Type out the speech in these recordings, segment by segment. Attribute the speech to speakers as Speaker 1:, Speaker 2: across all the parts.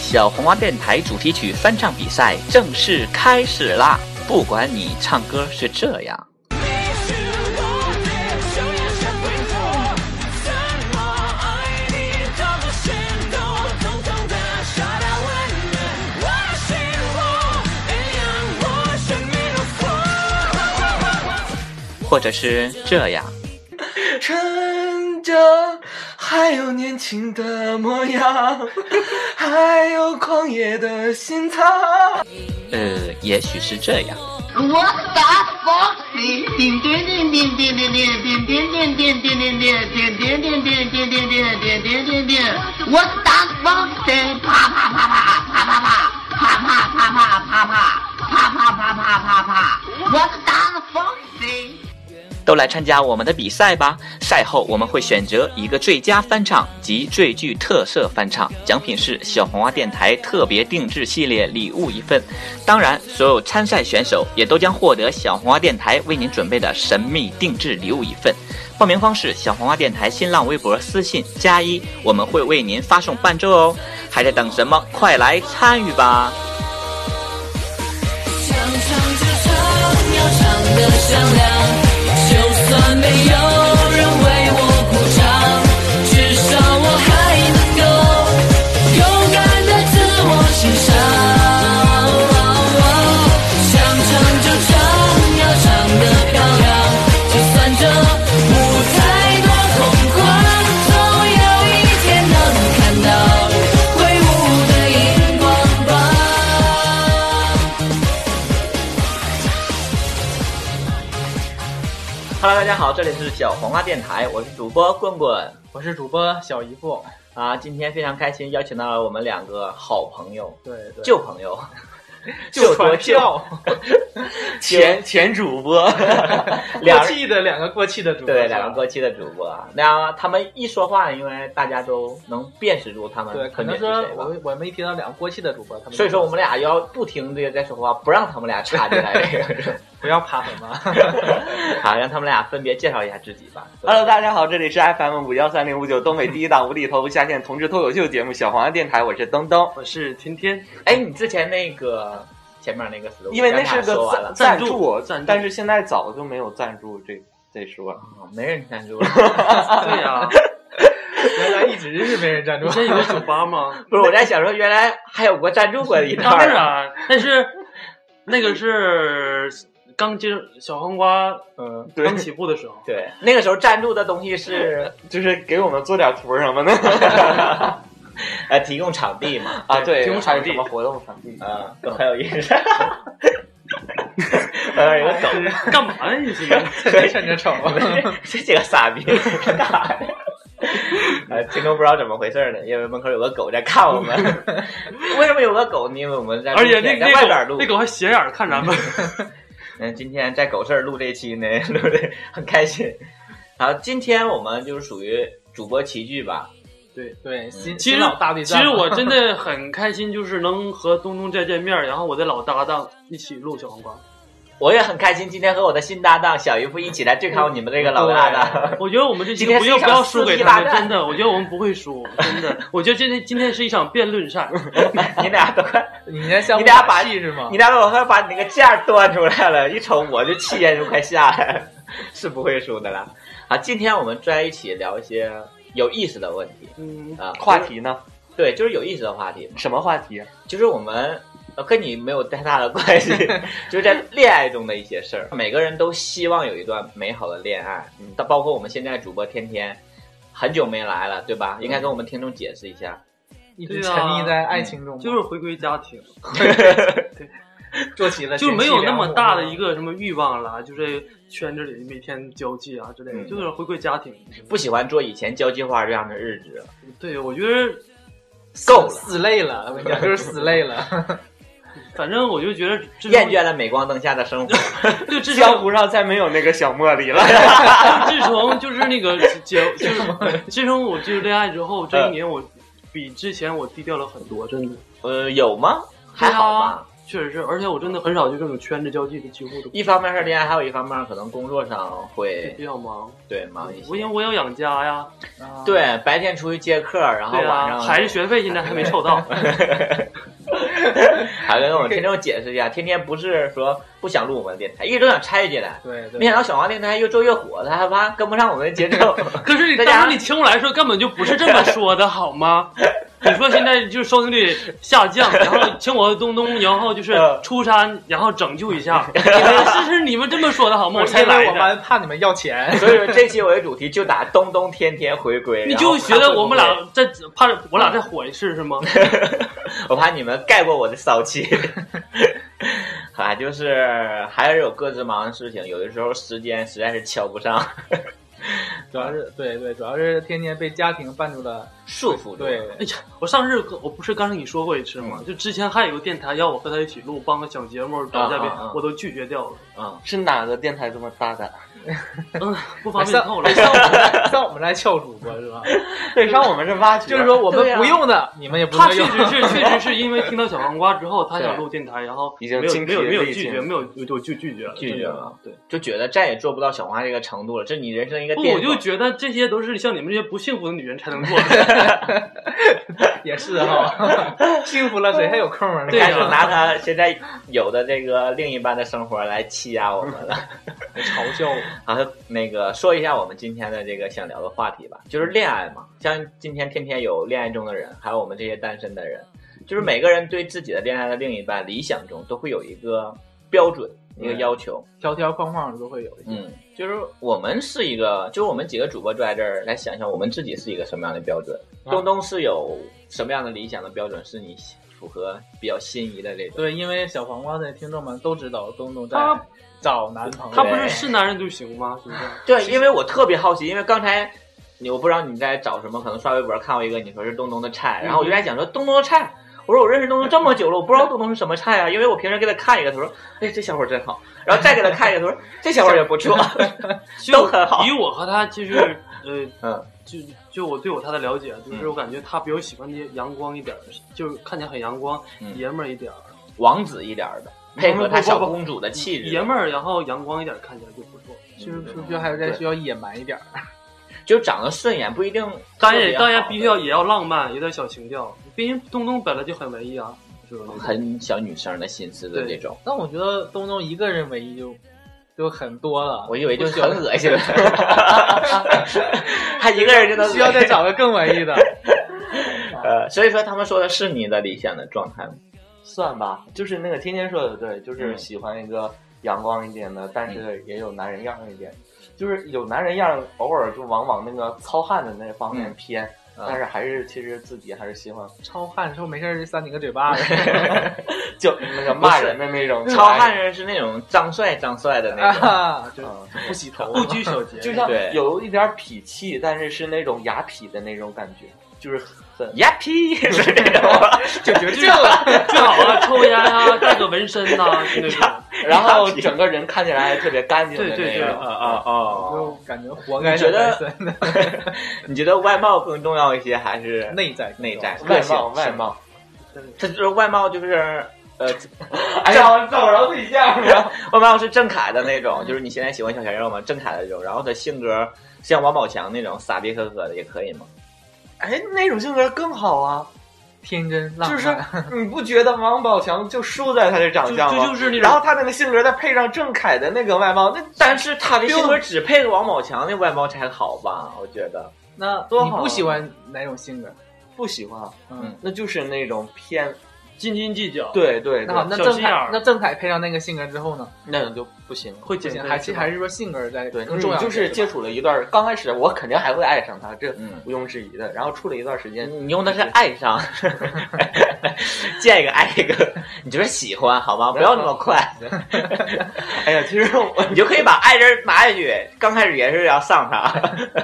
Speaker 1: 小红花电台主题曲翻唱比赛正式开始啦！不管你唱歌是这样。或者是这样，
Speaker 2: 撑着，还有年轻的 模样，还有狂野的心脏。
Speaker 1: 呃，也许是这样，
Speaker 3: 我打佛你，点点点点点点点点点点点点点点点点点点点点点点点点点，我打佛你，啪啪啪啪啪啪啪啪啪啪啪啪啪啪啪啪啪啪，我打佛你。
Speaker 1: 都来参加我们的比赛吧！赛后我们会选择一个最佳翻唱及最具特色翻唱，奖品是小红花电台特别定制系列礼物一份。当然，所有参赛选手也都将获得小红花电台为您准备的神秘定制礼物一份。报名方式：小红花电台新浪微博私信加一，我们会为您发送伴奏哦。还在等什么？快来参与吧！
Speaker 4: 唱唱就唱，要唱得响亮，就算没有人为我鼓掌，至少我还能够勇敢的自我欣赏。唱唱就唱，要唱得漂亮，就算这舞台多空旷，总有一天能看到挥舞的荧光棒。
Speaker 1: Hello，大家好，这里是小红花电台，我是主播棍棍。
Speaker 2: 我是主播小姨父，
Speaker 1: 啊，今天非常开心，邀请到了我们两个好朋友、
Speaker 2: 对对，
Speaker 1: 旧朋 友、多
Speaker 2: 就传
Speaker 1: 旧，
Speaker 2: 票，前前主播，
Speaker 1: 两
Speaker 2: 过气的两个过气的主播，
Speaker 1: 对
Speaker 2: 是吧
Speaker 1: 两个过期的主播啊。那他们一说话，因为大家都能辨识出他们
Speaker 2: 对，可
Speaker 1: 分
Speaker 2: 能
Speaker 1: 别是
Speaker 2: 说
Speaker 1: 谁吧。
Speaker 2: 我们我们一提到两个过气的主播，他们
Speaker 1: 所以说，我们俩要不停的在说话，不让他们俩插进来。
Speaker 2: 不要趴粉嘛。
Speaker 1: 好，让他们俩分别介绍一下自己吧。
Speaker 5: Hello，大家好，这里是 FM 五幺三零五九东北第一档无厘头下线同志脱口秀节目小黄鸭电台，我是东东。
Speaker 2: 我是天天，
Speaker 1: 哎，你之前那个前面那个 slogan，
Speaker 5: 因为那
Speaker 1: 让
Speaker 5: 是
Speaker 1: 他说
Speaker 5: 个
Speaker 1: 完了
Speaker 5: 赞，
Speaker 2: 赞助
Speaker 5: 助，
Speaker 2: 赞 助
Speaker 5: 但是现在早就没有赞助这这说了。
Speaker 1: 哦没人赞助了。
Speaker 5: 啊
Speaker 2: 对呀，原来一直是没人赞助，真有酒吧吗？
Speaker 1: 不是，我在想说，原来还有过赞助过的一段
Speaker 6: 当
Speaker 1: 儿啊。
Speaker 6: 然， 但是那个是刚进小黄瓜呃
Speaker 2: 嗯，
Speaker 5: 对
Speaker 6: 刚起步的时候，
Speaker 1: 对，那个时候赞助的东西是
Speaker 5: 就是给我们做点图什 么的
Speaker 1: 呃提供场地嘛，
Speaker 5: 啊，对，
Speaker 6: 提供场地
Speaker 5: 还有什么活动场地？
Speaker 1: 啊、都很有意思。呃，有个
Speaker 5: 哎
Speaker 1: 梗，
Speaker 6: 干嘛呀你 这个？
Speaker 2: 别趁着瞅，
Speaker 1: 这几个傻逼干啥呀？呃，金哥不知道怎么回事呢，因为门口有个狗在看我们。为什么有个狗呢？因为我们在
Speaker 6: 而且那
Speaker 1: 在
Speaker 6: 那
Speaker 1: 外边
Speaker 6: 狗
Speaker 1: 录
Speaker 6: 那。狗还斜眼看 咱们，
Speaker 1: 嗯，今天在狗事儿录这一期呢， 录的很开心。好，今天我们就是属于主播齐聚吧。嗯
Speaker 2: 对对，新
Speaker 6: 其
Speaker 2: 新
Speaker 6: 实
Speaker 2: 老大对
Speaker 6: 其
Speaker 2: 战嘛，
Speaker 6: 实我真的很开心，就是能和东东再见面，然后我的老搭档一起录小黄瓜。
Speaker 1: 我也很开心，今天和我的新搭档小姨夫一起来对抗你们这个老搭档。
Speaker 6: 我觉得我们这期
Speaker 1: 今天
Speaker 6: 不
Speaker 1: 是
Speaker 6: 要
Speaker 1: 一场
Speaker 6: 不要输
Speaker 1: 撕
Speaker 6: 给他
Speaker 1: 逼
Speaker 6: 们，
Speaker 1: 大战
Speaker 6: 真的，我觉得我们不会输，真的。我觉得今天今天是一场辩论赛，
Speaker 1: 你俩都快，
Speaker 2: 你家相
Speaker 1: 你
Speaker 2: 互
Speaker 1: 俩把
Speaker 2: 戏是吗
Speaker 1: 你？俩都快把你那个架儿端出来了，一瞅我就气焰就快下来了， 是不会输的啦。好，今天我们在一起聊一些有意思的问题
Speaker 6: 嗯，
Speaker 1: 啊，
Speaker 5: 话题呢？
Speaker 1: 对，就是有意思的话题嘛，
Speaker 5: 什么话题？
Speaker 1: 就是我们。呃跟你没有太大的关 系，就是在恋爱中的一些事儿。每个人都希望有一段美好的恋爱，嗯，包括我们现在主播天天，很久没来了，对吧？
Speaker 5: 嗯
Speaker 1: 应该跟我们听众解释一下。 嗯
Speaker 2: 一直沉溺在爱情中吗，
Speaker 6: 啊就是回归家庭。
Speaker 2: 做起了
Speaker 6: 就没有那么大的一
Speaker 2: 个。
Speaker 6: 个什么欲望啦，就是圈子里每天交际啊之类的，
Speaker 1: 嗯
Speaker 6: 就是回归家庭。
Speaker 1: 不喜欢做以前交际花这样的日子了，
Speaker 6: 对，我觉得
Speaker 1: 够了，
Speaker 2: 死累了，我跟你讲，就是死累了。
Speaker 6: 反正我就觉得这
Speaker 1: 厌倦了镁光灯下的生 活。
Speaker 6: 对，自
Speaker 5: 江
Speaker 6: 从
Speaker 5: 湖上再没有那个小茉莉了。
Speaker 6: 自从就是那个结，就是自从我就是恋爱之后，这一年我比之前我低调了很多，真的。
Speaker 5: 啊
Speaker 1: 呃，有吗？还好吧。
Speaker 6: 确实是，而且我真的很少就这种圈子交际的，几乎都
Speaker 1: 一方面是恋爱，还有一方面可能工作上会
Speaker 6: 比较忙。
Speaker 1: 对忙一
Speaker 6: 我因
Speaker 1: 些。
Speaker 6: 为我要养家呀，
Speaker 1: 对，白天出去接客，然后
Speaker 6: 对
Speaker 1: 啊
Speaker 5: 啊
Speaker 1: 晚
Speaker 6: 呀，
Speaker 1: 上
Speaker 6: 孩子学费现在还没 凑 到，
Speaker 1: 还跟我听众解释一下，天天不是说不想录我们的电台，一直都想拆进来。
Speaker 2: 对
Speaker 1: 没
Speaker 2: 对，
Speaker 1: 想到小黄电台越做越火，他还怕跟不上我们的节奏。
Speaker 6: 可是
Speaker 1: 大家
Speaker 6: 当时你听我来说根本就不是这么说的，好吗？你说现在就是收听率下降，然后请我东东，然后就是
Speaker 1: 嗯
Speaker 6: 出山，然后拯救一 下，你们是是你们这么说的好吗？我才
Speaker 2: 因为
Speaker 6: 来
Speaker 2: 我
Speaker 6: 的，
Speaker 2: 们怕你们要钱。
Speaker 1: 所以说这期我的主题就打东东天天回归。
Speaker 6: 你
Speaker 1: 然后
Speaker 6: 就觉得我们
Speaker 1: 看会
Speaker 6: 俩在怕我俩再火一次是吗？ 哎
Speaker 1: 不会， 我怕你们盖过我的骚气。 啊，就是还是有各自忙的事情，有的时候时间实在是瞧不上，
Speaker 2: 主要是对对，主要是天天被家庭绊住了。
Speaker 1: 束缚住。
Speaker 2: 对，
Speaker 6: 哎呀，我上次跟我不是刚才你说过一次吗？就之前还有个电台要我和他一起录，帮个小节目找嘉宾
Speaker 1: 啊啊啊，
Speaker 6: 我都拒绝掉了。
Speaker 1: 嗯，
Speaker 2: 是哪个电台这么大胆？
Speaker 6: 嗯，不方便
Speaker 2: 上
Speaker 6: 透露。
Speaker 2: 上我们来上我们来撬主播是吧？
Speaker 1: 对，上我们这挖掘
Speaker 2: 就是说我们
Speaker 1: 对啊
Speaker 2: 不用的，你们也不
Speaker 6: 他
Speaker 2: 能
Speaker 6: 确
Speaker 2: 用。
Speaker 6: 实是，确实是因为听到小黄瓜之后，他想录电台，然后
Speaker 2: 已经
Speaker 6: 没有
Speaker 2: 精疲
Speaker 6: 没有没有
Speaker 2: 力
Speaker 6: 拒
Speaker 2: 尽
Speaker 6: 绝，没有我就就拒绝了，
Speaker 1: 拒绝了
Speaker 6: 对。
Speaker 1: 啊就觉得再也做不到小花这个程度了，这是你人生一个
Speaker 6: 不，
Speaker 1: 巅
Speaker 6: 我
Speaker 1: 峰。
Speaker 6: 就觉得这些都是像你们这些不幸福的女人才能做的。
Speaker 2: 也是哈， 幸福了谁还有空 啊？
Speaker 6: 对
Speaker 1: 开
Speaker 6: 呀
Speaker 1: 始拿他现在有的这个另一半的生活来欺压我们了。
Speaker 2: 嘲笑我。
Speaker 1: 然后那个说一下我们今天的这个想聊的话题吧，就是恋爱嘛。像今天天天有恋爱中的人，还有我们这些单身的人，就是每个人对自己的恋爱的另一半理想中都会有一个标准，一个要求。
Speaker 2: 条条框框都会有一些。
Speaker 1: 嗯，就是我们是一个，就是我们几个主播坐在这儿来想想，我们自己是一个什么样的标准？
Speaker 6: 啊
Speaker 1: 东东是有什么样的理想的标准，是你符合比较心仪的这种？
Speaker 2: 对，因为小黄瓜的听众们都知道东东在
Speaker 6: 他
Speaker 2: 找男朋友，
Speaker 6: 他不是是男人就行吗？是不是？
Speaker 1: 对，因为我特别好奇，因为刚才你我不知道你在找什么，可能刷微博看过一个，你说是东东的
Speaker 6: 嗯
Speaker 1: 菜，然后我就在想说东东的菜。我说我认识东东这么久了，我不知道东东是什么菜 啊，因为我平时给他看一个，他说，哎，这小伙儿真好，然后再给他看一个，他说这小伙儿也不 错，
Speaker 6: 其实
Speaker 1: 都很好
Speaker 6: 以我和他其实呃，
Speaker 1: 嗯，
Speaker 6: 就就我对我他的了解，啊就是
Speaker 1: 嗯
Speaker 6: 我感觉他比较喜欢那些阳光一点儿，就是看起来很阳光、
Speaker 1: 嗯
Speaker 6: 爷们儿一点儿，
Speaker 1: 王子一点儿的，配合他小公主的气质，嗯
Speaker 6: 爷们儿，然后阳光一点儿，看起来就不错。
Speaker 2: 就是是不是还有在需要野蛮一点儿？
Speaker 1: 就长得顺眼，不一定特别好。
Speaker 6: 当然也，当然必须要也要浪漫，有点小情调。毕竟东东本来就很文艺啊，是吧？
Speaker 1: 很小女生的心思的这种，
Speaker 2: 但我觉得东东一个人唯一就就很多了，
Speaker 1: 我以为就
Speaker 2: 不需
Speaker 1: 是
Speaker 2: 要
Speaker 1: 很恶心了， 他一个人就能
Speaker 2: 需要再找个更文艺 的。
Speaker 1: 呃，所以说他们说的是你的理想的状态吗？
Speaker 7: 算吧，就是那个天天说的对，就是
Speaker 1: 嗯
Speaker 7: 喜欢一个阳光一点的，但是也有男人样儿一点，就是有男人样儿，偶尔就往往那个糙汉的那方面
Speaker 1: 嗯
Speaker 7: 偏，
Speaker 1: 啊
Speaker 7: 但是还是其实自己还是喜欢
Speaker 2: 超汉说没事儿扇你个嘴巴 子，
Speaker 7: 就那个骂人的那种
Speaker 1: 糙汉人是那种张帅张帅的那种，
Speaker 2: 啊，就
Speaker 7: 嗯
Speaker 2: 不洗头，
Speaker 6: 不拘小节，
Speaker 7: 就像
Speaker 1: 对
Speaker 7: 有一点痞气，但是是那种雅痞的那种感觉，就是很
Speaker 1: 呀 屁是这种吗，
Speaker 2: 就 觉得
Speaker 6: 最好最好啊，抽烟啊，带个纹身呐、 啊，那种。
Speaker 7: 然后整个人看起来还特别干净的那种。
Speaker 6: 对对对
Speaker 1: 啊啊啊！
Speaker 2: 就感觉活该
Speaker 1: 你觉得
Speaker 2: 是单身的
Speaker 1: 你觉得外貌更重要一些，还是
Speaker 2: 内在
Speaker 1: 内在？
Speaker 7: 外貌外貌，
Speaker 1: 他就是外貌就是呃，
Speaker 7: 哎呀，我找着对象了。
Speaker 1: 外貌是郑恺的那种，就是你现在喜欢小鲜肉吗？郑恺的这种，然后他性格像王宝强那种傻逼呵呵的也可以吗？
Speaker 7: 哎，那种性格更好啊！
Speaker 2: 天真浪漫，
Speaker 7: 就是你不觉得王宝强就输在他的长
Speaker 6: 就
Speaker 7: 相
Speaker 6: 就
Speaker 7: 吗？
Speaker 6: 就是那
Speaker 7: 然后
Speaker 6: 种，
Speaker 7: 他的那性格再配上郑恺的那个外貌，那
Speaker 1: 但是他的性格只配个王宝强的外貌才好吧？我觉得，
Speaker 2: 那
Speaker 7: 多
Speaker 2: 你
Speaker 7: 好啊
Speaker 2: 不喜欢哪种性格？
Speaker 7: 不喜欢，
Speaker 2: 嗯，
Speaker 7: 那就是那种偏
Speaker 6: 斤斤计较，，
Speaker 7: 对对对
Speaker 2: 那好，，啊那
Speaker 6: 小
Speaker 2: 郑
Speaker 6: 心眼
Speaker 2: 恺
Speaker 6: 儿
Speaker 2: 那郑恺配上那个性格之后呢？
Speaker 7: 那种就不行。
Speaker 6: 会
Speaker 2: 不
Speaker 6: 减
Speaker 2: 行，
Speaker 6: 肥
Speaker 2: 还是还
Speaker 6: 是吧
Speaker 2: 是说性格在
Speaker 7: 对，
Speaker 2: 更重要一些，
Speaker 7: 就是接
Speaker 2: 吧
Speaker 7: 触了一段，刚开始我肯定还会爱上他，这
Speaker 1: 嗯，
Speaker 7: 毋庸置疑的。然后处了一段时间，
Speaker 1: 你用的是爱上， 见一个爱一个，你就是喜欢好吗？不要那么快，
Speaker 7: 哎呀，其实我
Speaker 1: 你就可以把爱字儿拿下去。刚开始也是要上他，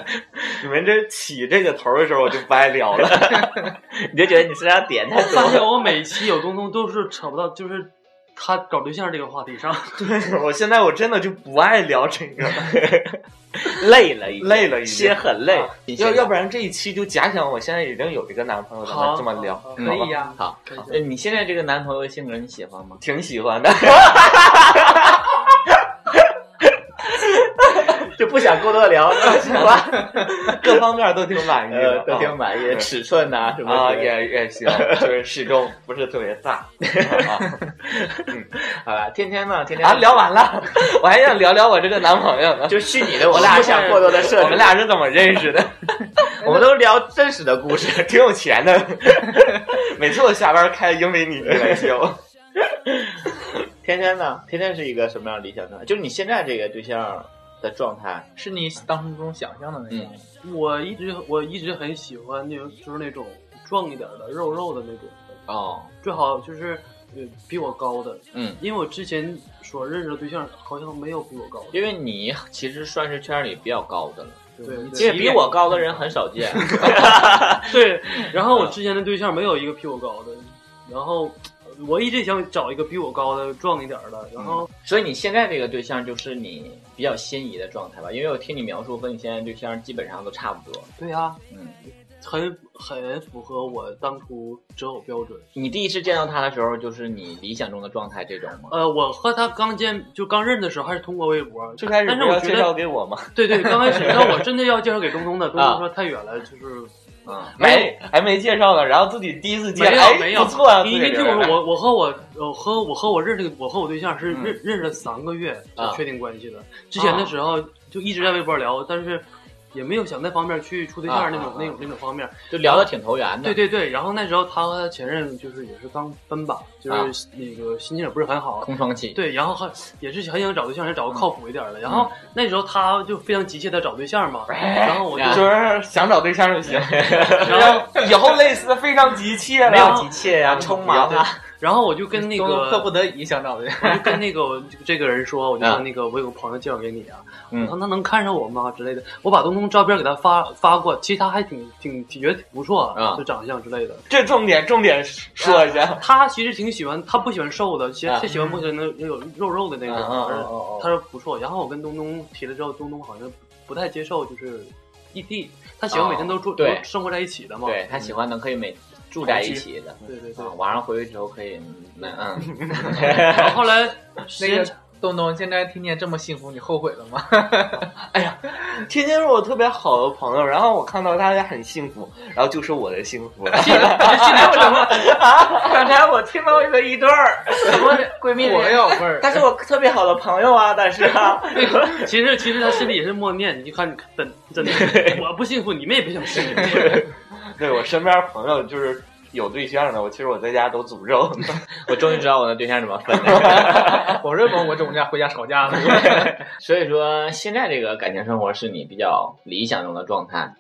Speaker 7: 你们这起这个头的时候，我就不爱聊了。
Speaker 1: 你就觉得你身上点太多
Speaker 6: 发现
Speaker 1: 了。
Speaker 6: 我每期有东东都是扯不到，就是他搞对象这个话题上，
Speaker 2: 我现在我真的就不爱聊这个了，
Speaker 1: 累了已经，
Speaker 2: 累了已经啊
Speaker 1: 心很累。
Speaker 2: 要要不然这一期就假想我现在已经有一个男朋友，咱
Speaker 6: 好
Speaker 2: 们这么聊，
Speaker 6: 好
Speaker 2: 可
Speaker 1: 好
Speaker 2: 以呀，
Speaker 1: 好，
Speaker 6: 可以
Speaker 1: 呃你现在这个男朋友性格你喜欢吗？
Speaker 2: 挺喜欢的。
Speaker 1: 就不想过多 聊，喜欢，
Speaker 2: 各方面都挺满意
Speaker 1: 呃
Speaker 2: 的，，
Speaker 1: 都挺满意，
Speaker 2: 哦对
Speaker 1: 尺寸 呐什么
Speaker 2: 啊，
Speaker 1: 之类的
Speaker 2: 也也行，就是适中，不是特别大。
Speaker 1: 好吧，天天呢，天天
Speaker 2: 啊，聊完了，我还想聊聊我这个男朋友呢，
Speaker 1: 就虚拟的，我 俩不想过多的设置，
Speaker 2: 我们俩是怎么认识的？
Speaker 1: 我们都聊真实的故事，
Speaker 2: 挺有钱的，每次我下班开英菲尼迪来接我。
Speaker 1: 天天呢，天天是一个什么样理想状态？就是你现在这个对象的状态，是你当初中想象的那嗯
Speaker 2: 嗯
Speaker 1: 种。
Speaker 6: 我一直我一直很喜欢那种就是那种壮一点的肉肉的那种，
Speaker 1: 哦，
Speaker 6: 最好就是呃比我高的，
Speaker 1: 嗯，
Speaker 6: 因为我之前所认识的对象好像没有比我高的，
Speaker 1: 因为你其实算是圈里比较高的了，
Speaker 6: 对
Speaker 1: 因
Speaker 6: 对
Speaker 1: 为比我高的人很少见。
Speaker 6: 对，然后我之前的对象没有一个比我高的，然后我一直想找一个比我高的壮一点的，然后
Speaker 1: 所以你现在这个对象就是你比较心仪的状态吧？因为我听你描述和你现在对象基本上都差不多。
Speaker 6: 对呀、
Speaker 1: 嗯，
Speaker 6: 很很符合我当初择偶标准。
Speaker 1: 你第一次见到他的时候，就是你理想中的状态这种吗？
Speaker 6: 呃，我和他刚见就刚认的时候还是通过微博，
Speaker 2: 最开始
Speaker 6: 但
Speaker 2: 不
Speaker 6: 是
Speaker 2: 是要
Speaker 6: 我觉
Speaker 2: 介绍
Speaker 6: 得
Speaker 2: 给我吗？
Speaker 6: 对对，刚开 始，但我真的要介绍给东东的，东
Speaker 1: 啊
Speaker 6: 东说太远了，就是
Speaker 1: 嗯，
Speaker 2: 没，还没介绍呢。然后自己第一次
Speaker 6: 没
Speaker 2: 见，哎
Speaker 6: 有没有，
Speaker 2: 不错啊。嗯自
Speaker 6: 你
Speaker 2: 己
Speaker 6: 先听我
Speaker 2: 聊
Speaker 6: 说，
Speaker 2: 聊
Speaker 6: 我我和我我和我和我认识的我和我对象是认认识了三个月
Speaker 1: 啊
Speaker 6: 才确定关系的，之
Speaker 2: 啊
Speaker 6: 前的时候就一直在微博聊，但是。也没有想那方面去处对
Speaker 1: 啊
Speaker 6: 象那种
Speaker 1: 啊
Speaker 6: 那种那种方面，
Speaker 1: 就聊得挺投缘的。
Speaker 6: 对对对。然后那时候他和他前任就是也是刚分吧，就是那个心情也不是很好，
Speaker 1: 啊空窗期。
Speaker 6: 对，然后还也是很想找对象，想找个靠谱一点的。然
Speaker 1: 嗯
Speaker 6: 后那时候他就非常急切的找对象嘛，然后我就
Speaker 1: 啊
Speaker 2: 就是想找对象就行，
Speaker 6: 然后
Speaker 2: 以后类似非常急切了。
Speaker 1: 没有急切呀、匆忙 啊，
Speaker 6: 然后我就跟那个
Speaker 1: 得已想找的。
Speaker 6: 我就跟那个这个人说，我就
Speaker 1: 嗯
Speaker 6: 让那个我有个朋友介绍给你啊，
Speaker 1: 嗯
Speaker 6: 我说他能看上我吗之类的。我把东东照片给他发发过，其实他还挺挺挺觉得挺不错
Speaker 1: 啊
Speaker 6: 就长相之类的。
Speaker 2: 这重点重点说一下，
Speaker 6: 他其实挺喜欢，他不喜欢瘦的，其实
Speaker 1: 啊
Speaker 6: 他喜欢不喜欢那那种肉肉的那
Speaker 2: 嗯嗯嗯
Speaker 6: 种。
Speaker 1: 哦哦
Speaker 6: 他说不错，然后我跟东东提了之后，东东好像不太接受，就是异地，他喜欢每天都住、
Speaker 1: 哦对
Speaker 6: 都生活在一起的嘛。
Speaker 1: 对他喜欢能可以每住在一起的，
Speaker 6: 对 对对
Speaker 1: 啊，晚上回去之后可以，嗯嗯，
Speaker 6: 然后后来时
Speaker 8: 那
Speaker 6: 间
Speaker 8: 个东东，现在天天这么幸福，你后悔了吗？
Speaker 2: 天天是我特别好的朋友，然后我看到大家很幸福，然后就是我的幸 福。
Speaker 1: 刚才我听到一个一对儿什么闺蜜
Speaker 8: 火药味儿，
Speaker 1: 他是我特别好的朋友啊，但是啊，
Speaker 6: 其实其实他心里也是默念，你就看你真真的， 我不幸福，你们也别想幸福。
Speaker 2: 对我身边朋友就是有对象的，我其实我在家都诅咒。
Speaker 1: 我终于知道我的对象怎么分了。
Speaker 8: 我认为我总在回家吵架呢。
Speaker 1: 所以说，现在这个感情生活是你比较理想中的状态。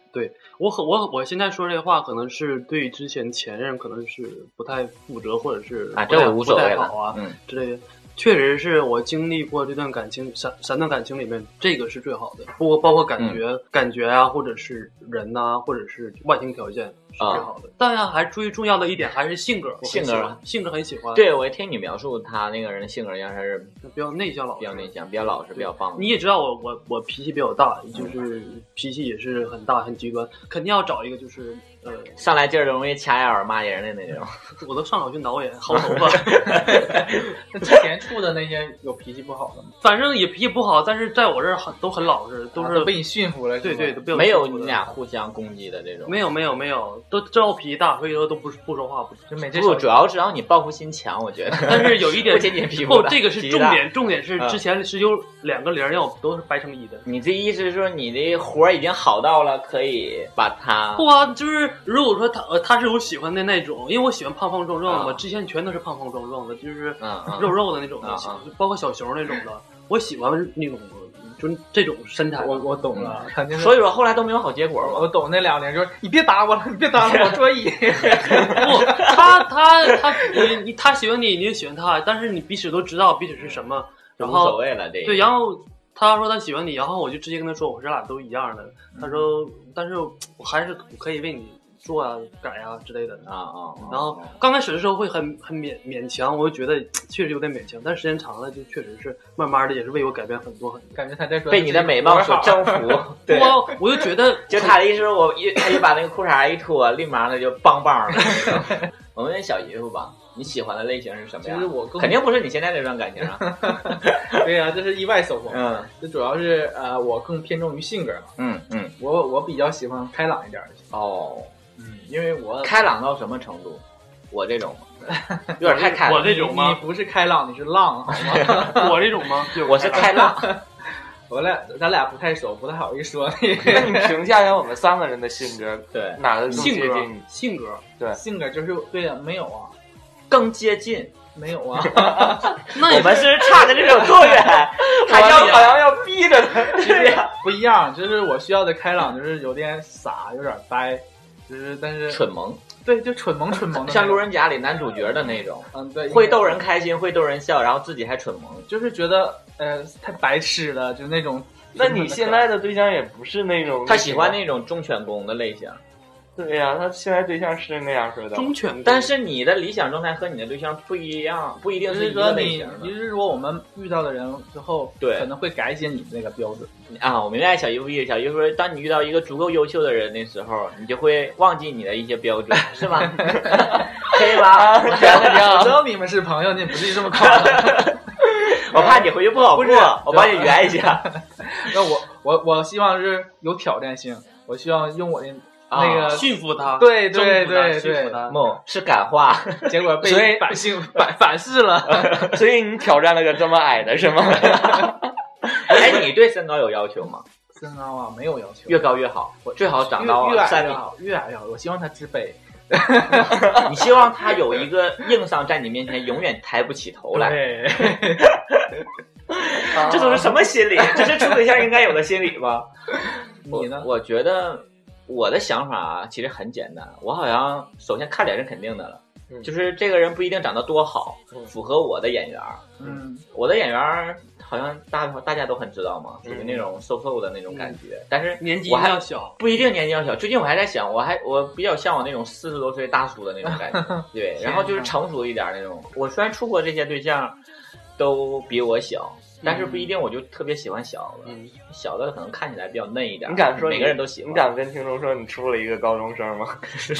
Speaker 6: 我很我我现在说这话，可能是对之前前任可能是不太负责，或者是
Speaker 1: 啊
Speaker 6: 不
Speaker 1: 这
Speaker 6: 太
Speaker 1: 我无所谓了
Speaker 6: 不太好啊、
Speaker 1: 嗯
Speaker 6: 之类的。确实是我经历过这段感情，三三段感情里面，这个是最好的，包括包括感觉、
Speaker 1: 嗯
Speaker 6: 感觉啊，或者是人呐、或者是外形条件是最好的。当然，还最重要的一点还是性格，我很
Speaker 1: 啊性格
Speaker 6: 喜欢性格很喜欢，，
Speaker 1: 对，我听你描述他那个人的性格，应该是
Speaker 6: 比较内向老实，
Speaker 1: 比较内
Speaker 2: 嗯
Speaker 1: 向、比较老实、比较棒。
Speaker 6: 你也知道我我我脾气比较大，
Speaker 1: 嗯
Speaker 6: 就是脾气也是很大很极端，肯定要找一个就是呃，
Speaker 1: 上来劲儿就容易掐牙耳骂人的那 种。
Speaker 6: 我都上脑去挠人薅头发，
Speaker 8: 那之前处的那些有脾气不好的吗？ 啊
Speaker 6: 反正也脾气不好，但是在我这儿很都很老实，都是、
Speaker 8: 被你驯服了，
Speaker 6: 对对都
Speaker 8: 对。
Speaker 6: 被我
Speaker 1: 没有
Speaker 6: 欺负
Speaker 1: 你
Speaker 6: 的
Speaker 1: 俩互相攻击的这种。
Speaker 6: 没有没有没有，都知道我脾气大，所以说都不不说话不。
Speaker 8: 就每次
Speaker 1: 不，主要是让你报复心强，我觉得。
Speaker 6: 但是有一点
Speaker 1: 不仅仅皮肤
Speaker 6: 不，
Speaker 1: 大
Speaker 6: 这个
Speaker 1: 脾
Speaker 6: 是
Speaker 1: 气
Speaker 6: 重
Speaker 1: 大
Speaker 6: 点，重点是
Speaker 1: 嗯
Speaker 6: 之前是有两个零儿让我都是掰成一的。
Speaker 1: 你这意思是说你的活儿已经好到了可以把他
Speaker 6: 不啊，就是如果说他呃他是我喜欢的那种，因为我喜欢胖胖壮壮的，
Speaker 1: 啊
Speaker 6: 我之前全都是胖胖壮壮的，就是
Speaker 1: 嗯 嗯
Speaker 6: 肉肉的那种
Speaker 1: 啊
Speaker 6: 的，
Speaker 1: 啊
Speaker 6: 包括小熊那种 的，我喜欢那种就是这种身材。嗯
Speaker 8: 我我懂了，肯定是。
Speaker 1: 所以说后来都没有好结果嘛。
Speaker 8: 我懂那俩零，就是你别打我了，你别 打我，我桌 椅。
Speaker 6: 不，他他他你你他喜欢你，你也喜欢他，但是你彼此都知道彼此是什么，然
Speaker 1: 无所
Speaker 6: 后
Speaker 1: 谓了，这个
Speaker 6: 对，然后他说他喜欢你，然后我就直接跟他说，我说咱俩都一样的。他说，但是我还是可以为你做啊、改啊之类的。
Speaker 1: 啊啊，
Speaker 6: 然后刚开始的时候会很很勉勉强，我就觉得确实有点勉强，但时间长了就确实是慢慢的也是为我改变很多很多。
Speaker 8: 感觉他在说
Speaker 1: 被你的美貌所 征 服。对，
Speaker 6: 我我就觉得
Speaker 1: 就他的意思是我一他一把那个裤衩一脱，立马那就棒棒的。我们问小姨夫吧，你喜欢的类型是什么
Speaker 8: 其
Speaker 1: 呀
Speaker 8: 实？我更
Speaker 1: 肯定不是你现在这段感情啊。
Speaker 8: 对呀、这是意外收获。
Speaker 1: 嗯
Speaker 8: 这主要是呃，我更偏重于性格嘛，
Speaker 1: 嗯嗯，
Speaker 8: 我我比较喜欢开朗一点儿的，
Speaker 1: 哦，
Speaker 8: 嗯，因为我
Speaker 1: 开朗到什么程度？我这种有点太开
Speaker 6: 我
Speaker 1: 朗，
Speaker 6: 这种
Speaker 8: 你
Speaker 6: 吗？
Speaker 8: 不是开朗，你是浪，好吗？
Speaker 6: 我这种吗？
Speaker 1: 我是 开朗。
Speaker 8: 我俩咱俩不太熟，不太好意思说那
Speaker 2: 那
Speaker 8: 个
Speaker 2: 你评价一下我们三个人的性格，
Speaker 1: 对，
Speaker 2: 哪 个更接
Speaker 6: 性格
Speaker 2: 近你？，
Speaker 6: 性格。
Speaker 8: 性格，就是对呀、没有啊，
Speaker 1: 更接近。
Speaker 8: 没有啊，
Speaker 6: 那
Speaker 1: 我
Speaker 6: 也
Speaker 1: 们是差的这有多 远？还要好像要逼着他这样，
Speaker 8: 不一样。就是我需要的开朗，就是有点傻，有点呆，就是但是
Speaker 1: 蠢萌，
Speaker 8: 对，就蠢萌蠢萌的那种，
Speaker 1: 像《路人甲》里男主角的那种，
Speaker 8: 嗯，对，
Speaker 1: 会逗人开心，会逗人笑，然后自己还蠢萌。
Speaker 8: 就是觉得呃太白痴了，就那种。
Speaker 2: 那你现在的对象也不是那种
Speaker 1: 他喜欢那种忠犬公的类型，
Speaker 2: 对呀、他现在对象是那样说的。
Speaker 6: 忠
Speaker 8: 嗯
Speaker 6: 犬，
Speaker 1: 但是你的理想状态和你的对象不一样，不一定
Speaker 8: 就是是
Speaker 1: 一
Speaker 8: 说
Speaker 1: 个类
Speaker 8: 你
Speaker 1: 型，
Speaker 8: 就
Speaker 1: 的。
Speaker 8: 是说我们遇到的人之后，
Speaker 1: 对
Speaker 8: 可能会改写你那个标 准。
Speaker 1: 啊，我明白小姨夫意思。小姨夫说，当你遇到一个足够优秀的人的时候，你就会忘记你的一些标 准，是吗？可以吧？哎
Speaker 8: 我知道你们是朋友，你也不至于这么夸我。
Speaker 1: 我怕你回去不好过
Speaker 8: 不是，
Speaker 1: 我帮你圆一 下。
Speaker 8: 那我我我希望是有挑战性，我希望用我的
Speaker 1: 啊
Speaker 8: 那个
Speaker 6: 驯服他，
Speaker 8: 对
Speaker 6: 征
Speaker 8: 对
Speaker 6: 服他
Speaker 8: 对
Speaker 6: 驯服
Speaker 8: 对
Speaker 6: 他。
Speaker 1: 梦是感化，
Speaker 8: 结果
Speaker 2: 所以
Speaker 8: 被反 性 反反噬了。
Speaker 2: 所以你挑战了个这么矮的是吗？
Speaker 1: 哎，你对身高有要求吗？
Speaker 8: 身高啊，没有要求，
Speaker 1: 越高啊越好，最好长到
Speaker 8: 越越矮
Speaker 1: 三
Speaker 8: 越
Speaker 1: 米。
Speaker 8: 好，越矮越好。我希望他自卑，
Speaker 1: 你希望他有一个硬伤在你面前永远抬不起头来，
Speaker 8: 对，
Speaker 1: 这都是什么心理？这是处对象应该有的心理吗？
Speaker 8: 你呢？
Speaker 1: 我我觉得我的想法啊，其实很简单。我好像首先看脸是肯定的了，
Speaker 2: 嗯
Speaker 1: 就是这个人不一定长得多好，
Speaker 2: 嗯
Speaker 1: 符合我的眼缘儿。
Speaker 8: 嗯，
Speaker 1: 我的眼缘儿好像大大家都很知道嘛，属于
Speaker 2: 嗯
Speaker 1: 那种瘦瘦的那种感觉，但是
Speaker 6: 年纪一
Speaker 1: 我
Speaker 6: 定
Speaker 1: 还
Speaker 6: 要小，
Speaker 1: 不一定年纪要小。最近我还在想，我还我比较向往那种四十多岁大叔的那种感 觉，对，然后就是成熟一点那种。我虽然处过这些对象，都比我小，但是不一定我就特别喜欢小的，
Speaker 2: 嗯
Speaker 1: 小的可能看起来比较嫩一点。
Speaker 2: 你敢说你
Speaker 1: 每个人都喜欢？
Speaker 2: 你敢跟听众说你处了一个高中生吗？